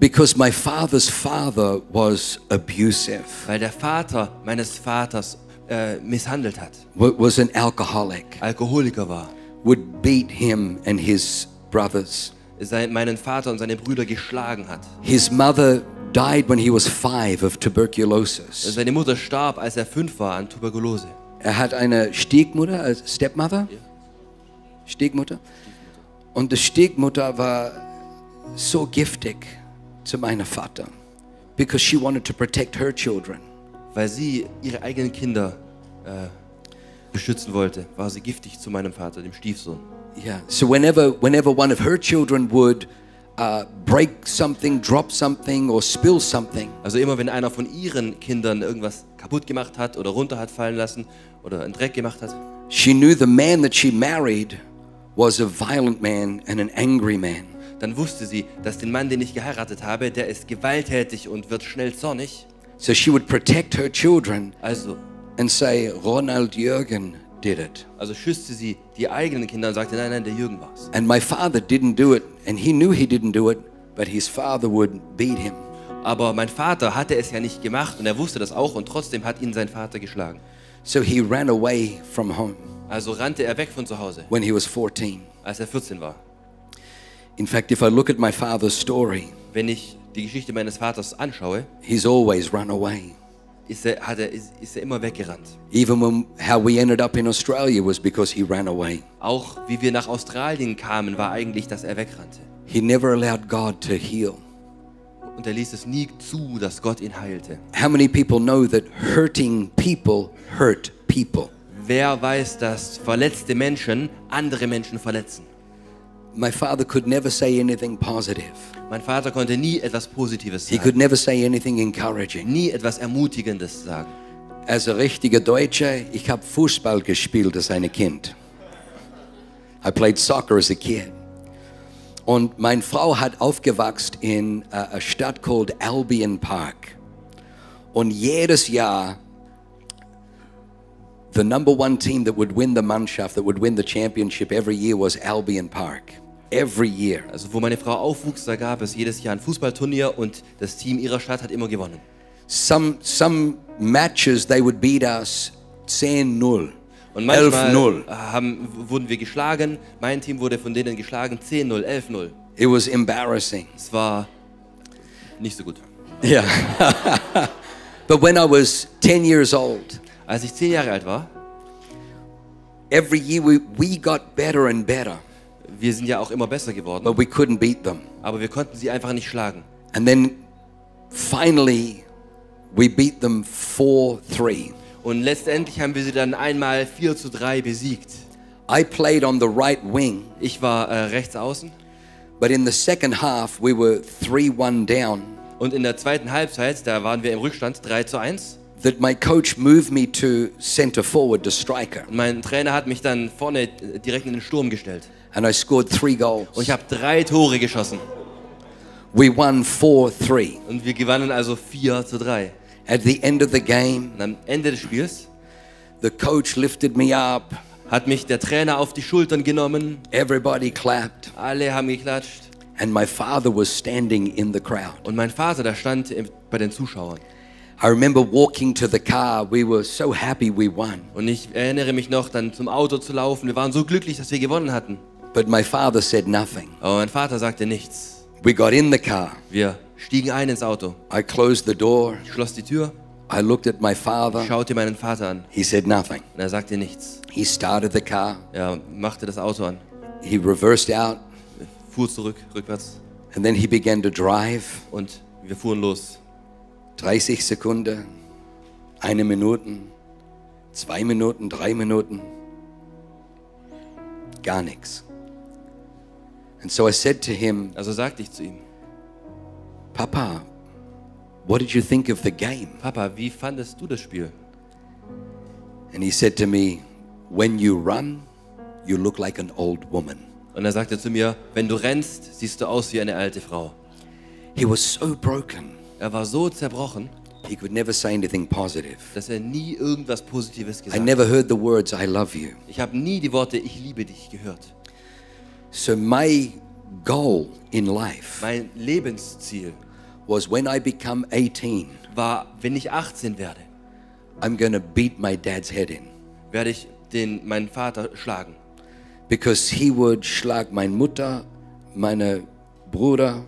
Speaker 2: because my father's father was abusive,
Speaker 3: weil der Vater meines Vaters äh, misshandelt hat,
Speaker 2: wa- was an alcoholic,
Speaker 3: Alkoholiker war,
Speaker 2: would beat him and his brothers.
Speaker 3: sein, meinen Vater und seine Brüder geschlagen hat.
Speaker 2: His mother died when he was five of tuberculosis.
Speaker 3: Seine Mutter starb, als er fünf war, an Tuberkulose.
Speaker 2: Er hat eine Stiefmutter, eine Stepmother, Stiefmutter. Und die Stiefmutter war so giftig zu meinem Vater, because she wanted to protect her children.
Speaker 3: Weil sie ihre eigenen Kinder äh, beschützen wollte, war sie giftig zu meinem Vater, dem Stiefsohn.
Speaker 2: Yeah. So whenever, whenever one of her children would uh, break something, drop something, or spill something,
Speaker 3: Also immer wenn einer von ihren Kindern irgendwas kaputt gemacht hat oder runter hat fallen lassen oder einen Dreck gemacht hat,
Speaker 2: she knew the man that she married was a violent man and an angry man.
Speaker 3: dann wusste sie, dass den Mann, den ich geheiratet habe, der ist gewalttätig und wird schnell zornig.
Speaker 2: So she would protect her children
Speaker 3: Also,
Speaker 2: and say, Ronald Jürgen did it.
Speaker 3: also schützte sie die eigenen Kinder und sagte, nein, nein, der Jürgen war's.
Speaker 2: And my father didn't do it, and he knew he didn't do it, but his father would beat him.
Speaker 3: Aber mein Vater hatte es ja nicht gemacht und er wusste das auch und trotzdem hat ihn sein Vater geschlagen.
Speaker 2: So he ran away from home
Speaker 3: Also rannte er weg von zu Hause,
Speaker 2: when he was 14.
Speaker 3: als er 14 war.
Speaker 2: In fact, if I look at my father's story,
Speaker 3: Wenn ich die Geschichte meines Vaters anschaue,
Speaker 2: he's always run away.
Speaker 3: ist er, hat er, ist, ist er immer weggerannt.
Speaker 2: Even when how we ended up in Australia was because he ran away.
Speaker 3: Auch wie wir nach Australien kamen, war eigentlich, dass er wegrannte.
Speaker 2: He never allowed God to heal.
Speaker 3: Und er ließ es nie zu, dass Gott ihn heilte.
Speaker 2: How many people know that hurting people hurt people?
Speaker 3: Wer weiß, dass verletzte Menschen andere Menschen verletzen?
Speaker 2: My father could never say anything positive.
Speaker 3: Mein Vater konnte nie etwas Positives
Speaker 2: He
Speaker 3: sagen,
Speaker 2: could never say anything encouraging.
Speaker 3: nie etwas Ermutigendes sagen.
Speaker 2: Als ein richtiger Deutscher, ich habe Fußball gespielt als ein Kind. I played soccer as a kid. Und meine Frau hat aufgewachsen in äh, einer Stadt called Albion Park. Und jedes Jahr, the number one team that would win the Mannschaft, that would win the championship every year was Albion Park. Every year.
Speaker 3: Also wo meine Frau aufwuchs, da gab es jedes Jahr ein Fußballturnier und das Team ihrer Stadt hat immer gewonnen.
Speaker 2: Some, some matches they would beat us 10-0,
Speaker 3: Und manchmal
Speaker 2: 11-0.
Speaker 3: haben, w- wurden wir geschlagen. Mein Team wurde von denen geschlagen 10-0, 11-0.
Speaker 2: It was embarrassing.
Speaker 3: Es war nicht so gut.
Speaker 2: Yeah. but when I was 10 years old,
Speaker 3: Als ich 10 Jahre alt war,
Speaker 2: every year we, we got better and better,
Speaker 3: wir sind ja auch immer besser
Speaker 2: but
Speaker 3: geworden,
Speaker 2: we couldn't beat them.
Speaker 3: aber wir konnten sie einfach nicht schlagen.
Speaker 2: And then finally, we beat them 4 3.
Speaker 3: Und letztendlich haben wir sie dann einmal 4 zu 3 besiegt.
Speaker 2: I played on the right wing,
Speaker 3: Ich war äh, rechts außen
Speaker 2: but in the second half, we were 3 1 down.
Speaker 3: und in der zweiten Halbzeit, da waren wir im Rückstand 3 zu 1.
Speaker 2: That my coach moved me to center forward to striker,
Speaker 3: Und mein Trainer hat mich dann vorne äh, direkt in den Sturm gestellt.
Speaker 2: and I scored three
Speaker 3: Und
Speaker 2: goals.
Speaker 3: ich habe drei Tore geschossen.
Speaker 2: We won 4 3.
Speaker 3: Und wir gewannen also 4 zu 3.
Speaker 2: At the end of the game,
Speaker 3: Und am Ende des Spiels
Speaker 2: the coach lifted me up,
Speaker 3: hat mich der Trainer auf die Schultern genommen.
Speaker 2: everybody clapped,
Speaker 3: Alle haben geklatscht.
Speaker 2: and my father was standing in the crowd.
Speaker 3: Und mein Vater, da stand im- bei den Zuschauern.
Speaker 2: I remember walking to the car, we were so happy we won,
Speaker 3: Und ich erinnere mich noch, dann zum Auto zu laufen. Wir waren so glücklich, dass wir gewonnen hatten.
Speaker 2: but my father said nothing.
Speaker 3: Aber mein Vater sagte nichts.
Speaker 2: We got in the car,
Speaker 3: Wir stiegen ein ins Auto.
Speaker 2: I closed the door,
Speaker 3: Ich schloss die Tür,
Speaker 2: I looked at my father,
Speaker 3: schaute meinen Vater an.
Speaker 2: he said nothing.
Speaker 3: Und er sagte nichts.
Speaker 2: He started the car,
Speaker 3: Er machte das Auto an,
Speaker 2: he reversed out,
Speaker 3: fuhr zurück, rückwärts.
Speaker 2: and then he began to drive.
Speaker 3: Und wir fuhren los.
Speaker 2: 30 Sekunden, eine Minute, zwei Minuten, drei Minuten. Gar nichts. And so I said to him,
Speaker 3: Also sagte ich zu ihm,
Speaker 2: Papa, what did you think of the game?
Speaker 3: Papa, wie fandest du das Spiel?
Speaker 2: And he said to me, When you run, you look like an old woman.
Speaker 3: Und er sagte zu mir, wenn du rennst, siehst du aus wie eine alte Frau.
Speaker 2: He was so broken,
Speaker 3: Er war so zerbrochen,
Speaker 2: he could never say anything positive.
Speaker 3: dass er nie irgendwas Positives
Speaker 2: I
Speaker 3: gesagt hat.
Speaker 2: never heard the words, I love you.
Speaker 3: Ich habe nie die Worte Ich liebe dich gehört.
Speaker 2: So my goal in life
Speaker 3: Mein Lebensziel
Speaker 2: was when I become 18,
Speaker 3: war, wenn ich 18 werde,
Speaker 2: I'm going to beat my dad's head in
Speaker 3: werde ich den, meinen Vater schlagen.
Speaker 2: because he would schlag meine Mutter, meine Bruder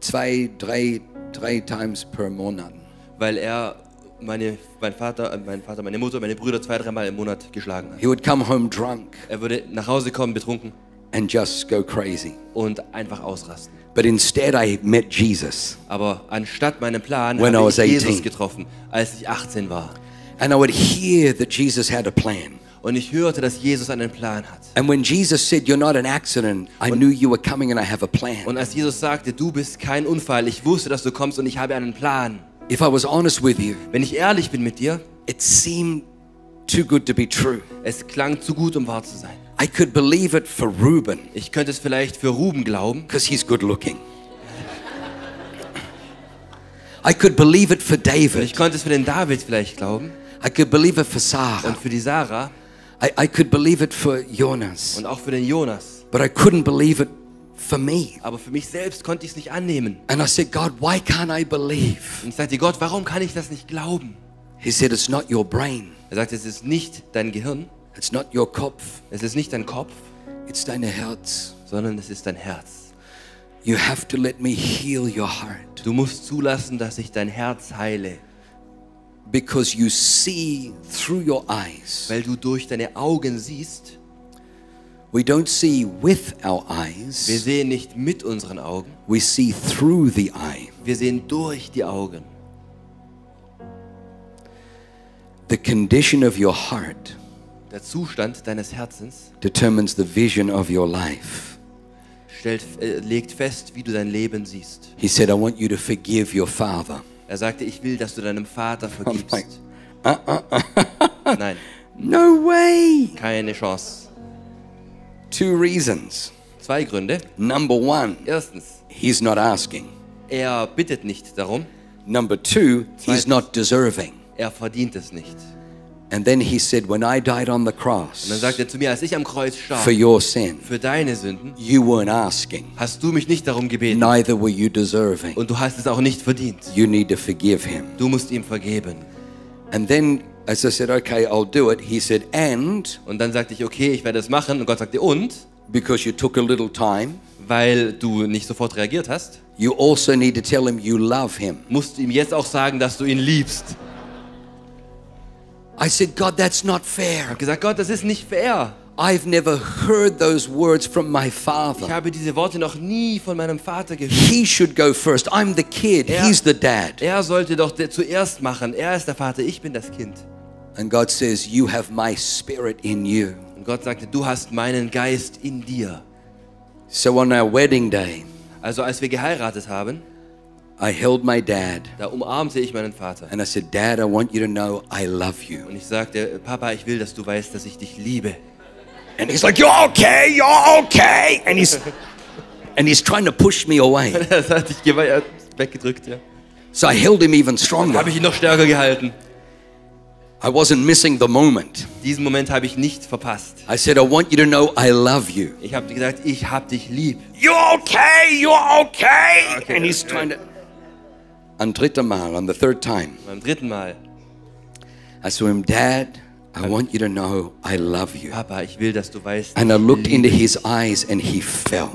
Speaker 2: zwei, drei, drei times per Monat.
Speaker 3: weil er meine, mein Vater, äh, mein Vater, meine Mutter, meine Brüder zwei, dreimal im Monat geschlagen hat.
Speaker 2: He would come home drunk
Speaker 3: Er würde nach Hause kommen, betrunken
Speaker 2: and just go crazy.
Speaker 3: und einfach ausrasten.
Speaker 2: But instead, I met Jesus
Speaker 3: Aber anstatt meinem Plan
Speaker 2: When I
Speaker 3: habe
Speaker 2: was
Speaker 3: ich Jesus
Speaker 2: 18.
Speaker 3: getroffen, als ich 18 war.
Speaker 2: and I would hear that Jesus had a plan.
Speaker 3: Und ich hörte, dass Jesus einen Plan hat.
Speaker 2: And when Jesus said, You're not an accident, I knew you were coming and I have a plan.
Speaker 3: Und als Jesus sagte, du bist kein Unfall, ich wusste, dass du kommst und ich habe einen Plan.
Speaker 2: If I was honest with you,
Speaker 3: Wenn ich ehrlich bin mit dir,
Speaker 2: it seemed too good to be true.
Speaker 3: es klang zu gut, um wahr zu sein.
Speaker 2: I could believe it for Reuben
Speaker 3: Ich könnte es vielleicht für Ruben glauben,
Speaker 2: because he's good looking. I could believe it for
Speaker 3: und ich
Speaker 2: David.
Speaker 3: konnte es für den David vielleicht glauben
Speaker 2: I could believe it for
Speaker 3: und
Speaker 2: Sarah.
Speaker 3: für die Sarah
Speaker 2: I, I could believe it for Jonas.
Speaker 3: und auch für den Jonas.
Speaker 2: But I couldn't believe it for me.
Speaker 3: Aber für mich selbst konnte ich es nicht annehmen.
Speaker 2: And I said, God, why can't I believe?
Speaker 3: Und ich sagte, Gott, warum kann ich das nicht glauben?
Speaker 2: He said, It's not your brain,
Speaker 3: Er sagte, es ist nicht dein Gehirn,
Speaker 2: it's not your Kopf,
Speaker 3: es ist nicht dein Kopf,
Speaker 2: it's deine Herz.
Speaker 3: sondern es ist dein Herz.
Speaker 2: You have to let me heal your heart
Speaker 3: Du musst zulassen, dass ich dein Herz heile,
Speaker 2: because you see through your eyes.
Speaker 3: weil du durch deine Augen siehst.
Speaker 2: We don't see with our
Speaker 3: Wir
Speaker 2: eyes,
Speaker 3: sehen nicht mit unseren Augen,
Speaker 2: we see through the eye.
Speaker 3: wir sehen durch die Augen.
Speaker 2: The condition of your heart
Speaker 3: Der Zustand deines Herzens
Speaker 2: determines the vision of your life.
Speaker 3: stellt, äh, legt fest, wie du dein Leben siehst.
Speaker 2: He said, I want you to forgive your father.
Speaker 3: Er sagte, ich will, dass du deinem Vater
Speaker 2: mein-
Speaker 3: vergibst. Nein,
Speaker 2: No way!
Speaker 3: keine Chance.
Speaker 2: Two reasons.
Speaker 3: Zwei Gründe.
Speaker 2: Number one,
Speaker 3: Erstens,
Speaker 2: he's not asking.
Speaker 3: er bittet nicht darum,
Speaker 2: Number two, he's
Speaker 3: Zweitens.
Speaker 2: not deserving.
Speaker 3: er verdient es nicht.
Speaker 2: And then he said, When I died on the
Speaker 3: Und dann
Speaker 2: cross
Speaker 3: sagt er zu mir, als ich am Kreuz starb,
Speaker 2: for your sin,
Speaker 3: für deine Sünden,
Speaker 2: you weren't asking,
Speaker 3: hast du mich nicht darum gebeten
Speaker 2: neither were you deserving.
Speaker 3: und du hast es auch nicht verdient.
Speaker 2: You need to forgive him.
Speaker 3: Du musst ihm vergeben.
Speaker 2: And then, as I said, Okay, I'll do it, he said, And
Speaker 3: Und dann sagte ich, okay, ich werde es machen. Und Gott sagte, und?
Speaker 2: because you took a little time,
Speaker 3: Weil du nicht sofort reagiert hast,
Speaker 2: you also need to tell him you love him.
Speaker 3: musst du ihm jetzt auch sagen, dass du ihn liebst.
Speaker 2: I said, God, that's not
Speaker 3: Ich
Speaker 2: fair.
Speaker 3: habe gesagt, Gott, das ist nicht fair.
Speaker 2: I've never heard those words from my
Speaker 3: Ich
Speaker 2: father.
Speaker 3: habe diese Worte noch nie von meinem Vater gehört.
Speaker 2: He should go first. I'm the kid,
Speaker 3: Yeah.
Speaker 2: he's the dad.
Speaker 3: Er sollte doch der- zuerst machen. Er ist der Vater, ich bin das Kind.
Speaker 2: And God says, You have my spirit in you.
Speaker 3: Und Gott sagte, du hast meinen Geist in dir.
Speaker 2: So on our wedding day,
Speaker 3: Also als wir geheiratet haben,
Speaker 2: I held my dad
Speaker 3: da umarmte ich meinen Vater.
Speaker 2: and I said, Dad, I want you to know I love you.
Speaker 3: Und ich sagte, Papa, ich will, dass du weißt, dass ich dich liebe.
Speaker 2: And he's like, You're okay, you're okay. And he's and he's trying to push me away.
Speaker 3: Das hatte ich gewe- er hat weggedrückt, ja.
Speaker 2: So I held him even
Speaker 3: Habe
Speaker 2: stronger.
Speaker 3: ich ihn noch stärker gehalten.
Speaker 2: I wasn't missing the moment.
Speaker 3: Diesen Moment habe ich nicht verpasst.
Speaker 2: I said, I want you to know I love you.
Speaker 3: Ich habe gesagt, ich hab dich lieb.
Speaker 2: You're okay, you're okay.
Speaker 3: Okay,
Speaker 2: and he's
Speaker 3: okay.
Speaker 2: trying to. Am dritten Mal, on the third time,
Speaker 3: Beim dritten Mal,
Speaker 2: I saw him, Dad, I want you to know I love you.
Speaker 3: Papa, ich will, dass du weißt.
Speaker 2: And I
Speaker 3: ich
Speaker 2: looked
Speaker 3: lieb-
Speaker 2: into his eyes and he fell.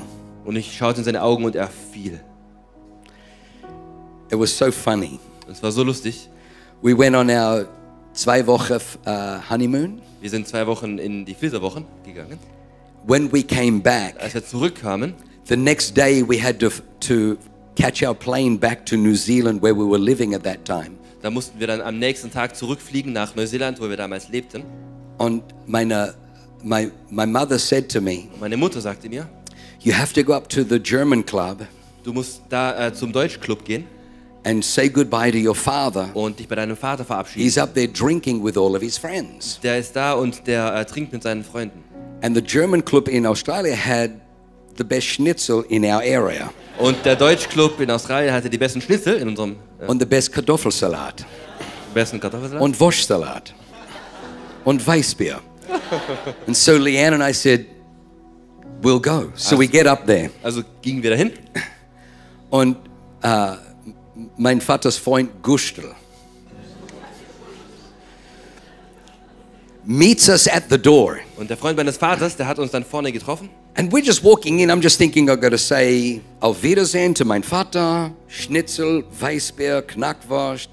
Speaker 3: Und ich schaute in seine Augen und er fiel.
Speaker 2: It was so funny.
Speaker 3: Und es war so lustig.
Speaker 2: We went on our zwei Woche uh, honeymoon.
Speaker 3: Wir sind zwei Wochen in die Flitterwochen gegangen.
Speaker 2: When we came back,
Speaker 3: Als wir zurückkamen,
Speaker 2: the next day we had to, to catch our plane back to New Zealand where we were living at that time.
Speaker 3: da mussten wir dann am nächsten Tag zurückfliegen nach Neuseeland, wo wir damals lebten.
Speaker 2: On meine, my, my mother said to me,
Speaker 3: Und meine Mutter sagte mir,
Speaker 2: You have to go up to the German club
Speaker 3: du musst da äh, zum Deutschclub gehen
Speaker 2: and say goodbye to your father.
Speaker 3: und dich bei deinem Vater verabschieden.
Speaker 2: He's up there drinking with all of his friends.
Speaker 3: Der ist da und der äh, trinkt mit seinen Freunden.
Speaker 2: And the German club in Australia had the best schnitzel in our area
Speaker 3: Und der Deutschclub in Australien hatte die besten Schnitzel in unserem äh,
Speaker 2: and the best Kartoffelsalat
Speaker 3: besten Kartoffelsalat.
Speaker 2: and Wurstsalat and Weissbier. And so Leanne and I said, we'll go. So we get up there
Speaker 3: also gingen wir dahin.
Speaker 2: and uh, mein Vaters Freund Gustl meets us at the door.
Speaker 3: Und der Freund meines Vaters, der hat uns dann vorne getroffen.
Speaker 2: And we're just walking in. I'm just thinking I've got to say Auf Wiedersehen to mein Vater, Schnitzel, Weißbier, Knackwurst,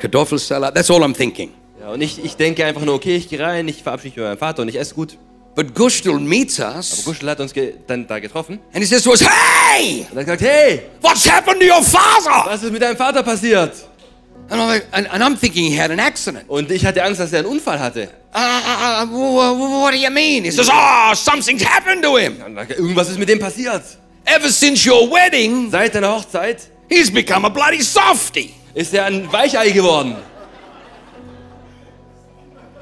Speaker 2: Kartoffelsalat. That's all I'm thinking.
Speaker 3: Ja, und ich, ich denke einfach nur, okay, ich gehe rein, ich verabschiede mich bei meinem Vater und ich esse gut.
Speaker 2: But Gustl meets
Speaker 3: Aber
Speaker 2: us
Speaker 3: Guschel hat uns ge dann da getroffen
Speaker 2: and he says to us, Hey,
Speaker 3: und hat gesagt, hey,
Speaker 2: what's happened to your father?
Speaker 3: was ist mit deinem Vater passiert?
Speaker 2: And I'm, like, and, and I'm thinking he had an accident.
Speaker 3: Und ich hatte Angst, dass er einen Unfall hatte.
Speaker 2: Uh, uh, uh, wh- wh- what do you mean? He says, Oh, something's happened to him.
Speaker 3: Und dann, irgendwas ist mit dem passiert.
Speaker 2: Ever since your wedding,
Speaker 3: Seit deiner Hochzeit
Speaker 2: he's become a bloody softy.
Speaker 3: ist er ein Weichei geworden.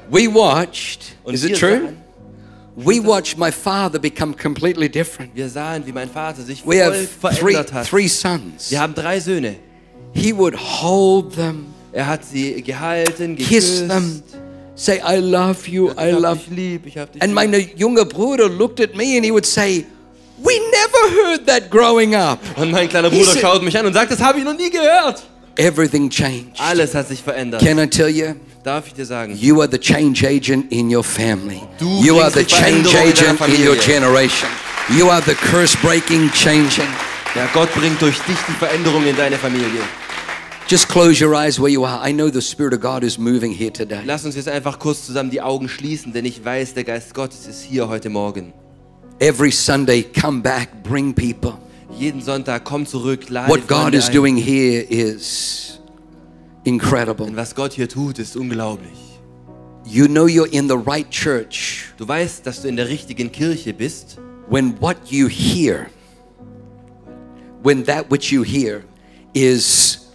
Speaker 2: We watched,
Speaker 3: Und
Speaker 2: is it
Speaker 3: wir
Speaker 2: true?
Speaker 3: sahen,
Speaker 2: We watched my father become completely different.
Speaker 3: wir sahen, wie mein Vater sich
Speaker 2: We
Speaker 3: voll
Speaker 2: have three,
Speaker 3: verändert hat.
Speaker 2: three sons.
Speaker 3: Wir haben drei Söhne.
Speaker 2: He would hold them,
Speaker 3: Er hat sie gehalten,
Speaker 2: kiss
Speaker 3: geküsst.
Speaker 2: them, say, I love you, I
Speaker 3: ich hab
Speaker 2: love
Speaker 3: dich lieb, ich hab dich
Speaker 2: And
Speaker 3: lieb.
Speaker 2: meine junge Bruder looked at me and he would say, We never heard that growing up.
Speaker 3: Und mein kleiner
Speaker 2: He
Speaker 3: Bruder
Speaker 2: said-
Speaker 3: schaut mich an und sagt, das habe ich noch nie gehört.
Speaker 2: Everything changed.
Speaker 3: Alles hat sich verändert.
Speaker 2: Can I tell you?
Speaker 3: Darf ich dir sagen?
Speaker 2: You are the change agent in your family.
Speaker 3: Du
Speaker 2: You are
Speaker 3: bringst
Speaker 2: the
Speaker 3: die Veränderung
Speaker 2: change
Speaker 3: in deiner
Speaker 2: agent in your
Speaker 3: Familie.
Speaker 2: generation. You are the curse breaking, changing.
Speaker 3: Ja, Gott bringt durch dich die Veränderung in deine Familie.
Speaker 2: Just close your eyes where you are. I know the Spirit of God is moving here today.
Speaker 3: Lass uns jetzt einfach kurz zusammen die Augen schließen, denn ich weiß, der Geist Gottes ist hier heute Morgen.
Speaker 2: Every Sunday, come back, bring people.
Speaker 3: Jeden Sonntag komm zurück, lade
Speaker 2: What God
Speaker 3: Freunde
Speaker 2: is
Speaker 3: ein.
Speaker 2: doing here is incredible.
Speaker 3: Denn was Gott hier tut, ist unglaublich.
Speaker 2: You know you're in the right church
Speaker 3: Du weißt, dass du in der richtigen Kirche bist,
Speaker 2: when what you hear, when that which you hear is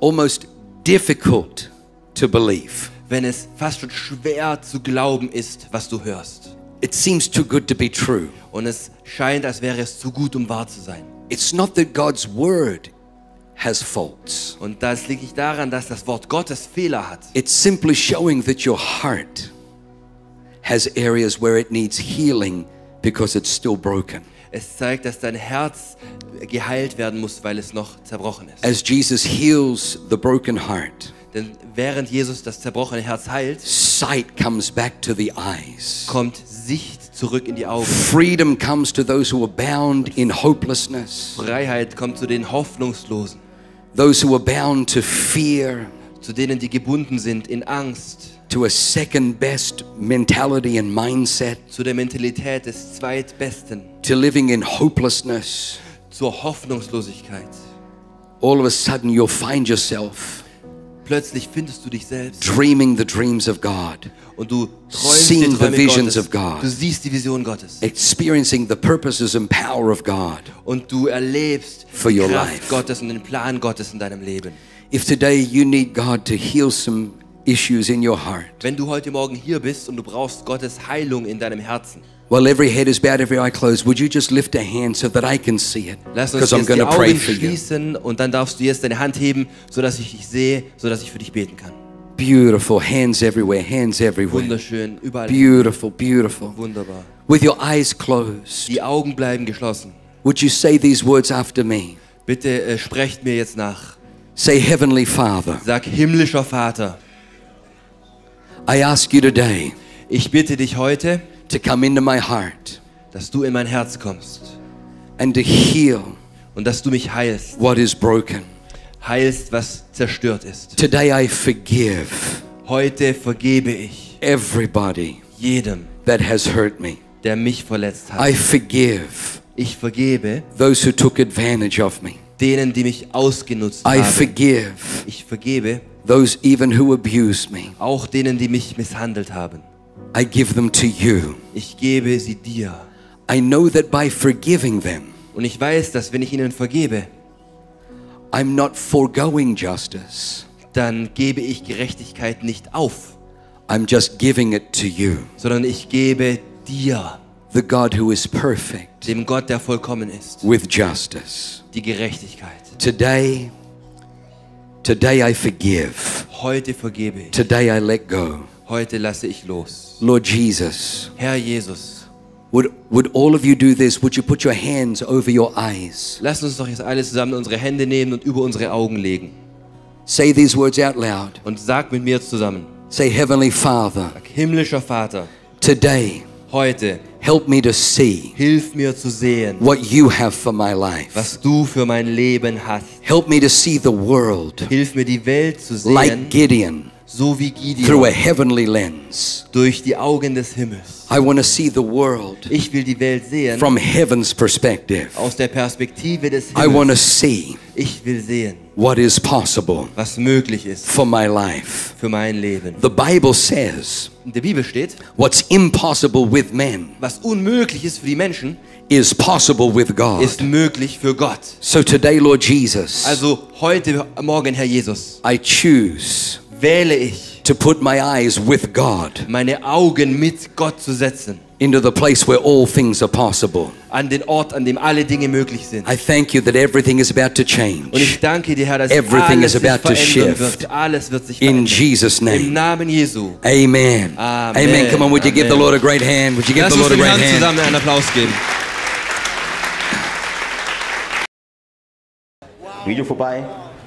Speaker 2: almost difficult to believe.
Speaker 3: wenn es fast schon schwer zu glauben ist, was du hörst.
Speaker 2: It seems too good to be true.
Speaker 3: Und es scheint, als wäre es zu gut, um wahr zu sein.
Speaker 2: It's not that God's word has faults,
Speaker 3: Und das liegt nicht daran, dass das Wort Gottes Fehler hat.
Speaker 2: it's simply showing that your heart has areas where it needs healing because it's still broken.
Speaker 3: Es zeigt, dass dein Herz geheilt werden muss, weil es noch zerbrochen ist.
Speaker 2: As Jesus heals the broken heart,
Speaker 3: Denn während Jesus das zerbrochene Herz heilt,
Speaker 2: sight comes back to the eyes.
Speaker 3: kommt Sicht zurück in die Augen.
Speaker 2: Freedom comes to those who are bound in hopelessness,
Speaker 3: Freiheit kommt zu den Hoffnungslosen,
Speaker 2: those who are bound to fear,
Speaker 3: zu denen, die gebunden sind in Angst,
Speaker 2: to a second best mentality and mindset,
Speaker 3: zu der Mentalität des Zweitbesten,
Speaker 2: to living in hopelessness.
Speaker 3: zur Hoffnungslosigkeit.
Speaker 2: All of a sudden, you'll find yourself
Speaker 3: Plötzlich findest du dich selbst
Speaker 2: dreaming the dreams of God,
Speaker 3: und du träumst
Speaker 2: Seeing
Speaker 3: die
Speaker 2: the
Speaker 3: Träume
Speaker 2: visions
Speaker 3: Gottes.
Speaker 2: of God.
Speaker 3: Du siehst die Vision Gottes
Speaker 2: experiencing the purposes and power of God.
Speaker 3: und du erlebst
Speaker 2: For
Speaker 3: die
Speaker 2: your
Speaker 3: Kraft
Speaker 2: life.
Speaker 3: Gottes und den Plan Gottes in deinem Leben.
Speaker 2: If today you need God to heal some issues in your heart,
Speaker 3: Wenn du heute Morgen hier bist und du brauchst Gottes Heilung in deinem Herzen,
Speaker 2: while every head is bowed, every eye closed, would you just lift a hand so that I can see it?
Speaker 3: lass uns
Speaker 2: Because I'm
Speaker 3: jetzt
Speaker 2: going
Speaker 3: die
Speaker 2: to pray
Speaker 3: Augen
Speaker 2: for you.
Speaker 3: schließen und dann darfst du jetzt deine Hand heben, sodass ich dich sehe, sodass ich für dich beten kann.
Speaker 2: Beautiful. Hands everywhere, hands everywhere.
Speaker 3: Wunderschön, überall.
Speaker 2: Beautiful, beautiful.
Speaker 3: Wunderbar.
Speaker 2: With your eyes closed,
Speaker 3: Die Augen bleiben geschlossen.
Speaker 2: would you say these words after me?
Speaker 3: Bitte äh, sprecht mir jetzt nach.
Speaker 2: Say, Heavenly Father,
Speaker 3: Sag, himmlischer Vater,
Speaker 2: I ask you today
Speaker 3: ich bitte dich heute,
Speaker 2: to come into my heart
Speaker 3: dass du in mein Herz kommst
Speaker 2: and to heal
Speaker 3: und dass du mich heilst.
Speaker 2: what is broken.
Speaker 3: Heilst, was zerstört ist.
Speaker 2: Today I forgive
Speaker 3: Heute vergebe ich
Speaker 2: everybody
Speaker 3: jedem,
Speaker 2: that has hurt me.
Speaker 3: der mich verletzt hat.
Speaker 2: I forgive
Speaker 3: Ich vergebe
Speaker 2: those who took advantage of me.
Speaker 3: denen, die mich ausgenutzt
Speaker 2: I
Speaker 3: haben.
Speaker 2: forgive
Speaker 3: Ich vergebe
Speaker 2: those even who abused me.
Speaker 3: auch denen, die mich misshandelt haben.
Speaker 2: I give them to you.
Speaker 3: Ich gebe sie dir.
Speaker 2: I know that by forgiving them,
Speaker 3: Und ich weiß, dass wenn ich ihnen vergebe,
Speaker 2: I'm not foregoing justice.
Speaker 3: dann gebe ich Gerechtigkeit nicht auf,
Speaker 2: I'm just giving it to you,
Speaker 3: sondern ich gebe dir,
Speaker 2: the God who is perfect
Speaker 3: dem Gott, der vollkommen ist,
Speaker 2: with justice.
Speaker 3: die Gerechtigkeit.
Speaker 2: Today, today I forgive.
Speaker 3: Heute vergebe ich.
Speaker 2: Today I let go.
Speaker 3: Heute lasse ich los.
Speaker 2: Lord Jesus,
Speaker 3: Herr Jesus,
Speaker 2: would, would all of you do this? Would you put your hands over your eyes?
Speaker 3: lass uns doch jetzt alle zusammen unsere Hände nehmen und über unsere Augen legen.
Speaker 2: Say these words out loud.
Speaker 3: Und sag mit mir zusammen,
Speaker 2: Say, Heavenly Father,
Speaker 3: sag, himmlischer Vater,
Speaker 2: today
Speaker 3: heute
Speaker 2: help me to see
Speaker 3: hilf mir zu sehen,
Speaker 2: what you have for my life.
Speaker 3: was du für mein Leben hast.
Speaker 2: Help me to see the world
Speaker 3: Hilf mir die Welt zu
Speaker 2: like
Speaker 3: sehen,
Speaker 2: Gideon
Speaker 3: so wie
Speaker 2: through a
Speaker 3: Gideon,
Speaker 2: heavenly lens.
Speaker 3: durch die Augen des Himmels.
Speaker 2: I want to see the world
Speaker 3: Ich will die Welt sehen
Speaker 2: from heaven's perspective.
Speaker 3: aus der Perspektive des
Speaker 2: I want to
Speaker 3: Himmels.
Speaker 2: see
Speaker 3: Ich will sehen,
Speaker 2: what is possible
Speaker 3: was möglich ist
Speaker 2: for my life.
Speaker 3: für mein Leben.
Speaker 2: The Bible says
Speaker 3: In der Bibel steht,
Speaker 2: what's impossible with men
Speaker 3: was unmöglich ist für die Menschen,
Speaker 2: is possible with God.
Speaker 3: ist möglich für Gott.
Speaker 2: So today, Lord Jesus,
Speaker 3: Also heute Morgen, Herr Jesus,
Speaker 2: I choose
Speaker 3: wähle ich,
Speaker 2: to put my eyes with God
Speaker 3: meine Augen mit Gott zu setzen,
Speaker 2: into the place where all things are possible.
Speaker 3: an den Ort, an dem alle Dinge möglich sind.
Speaker 2: I thank you that everything is about to
Speaker 3: Und
Speaker 2: change.
Speaker 3: ich danke dir, Herr, dass
Speaker 2: Everything
Speaker 3: alles
Speaker 2: is
Speaker 3: sich
Speaker 2: about to
Speaker 3: verändern
Speaker 2: shift.
Speaker 3: wird. Alles wird sich
Speaker 2: In
Speaker 3: verändern.
Speaker 2: Jesus'
Speaker 3: Im
Speaker 2: name.
Speaker 3: Namen Jesu.
Speaker 2: Amen.
Speaker 3: Amen.
Speaker 2: Amen. Come on, would you give the
Speaker 3: Amen.
Speaker 2: Lord a great hand? Would you give
Speaker 3: Lass
Speaker 2: the
Speaker 3: uns
Speaker 2: Lord a
Speaker 3: dem
Speaker 2: great
Speaker 3: Herrn
Speaker 2: hand?
Speaker 3: zusammen einen Applaus geben.
Speaker 4: Video vorbei,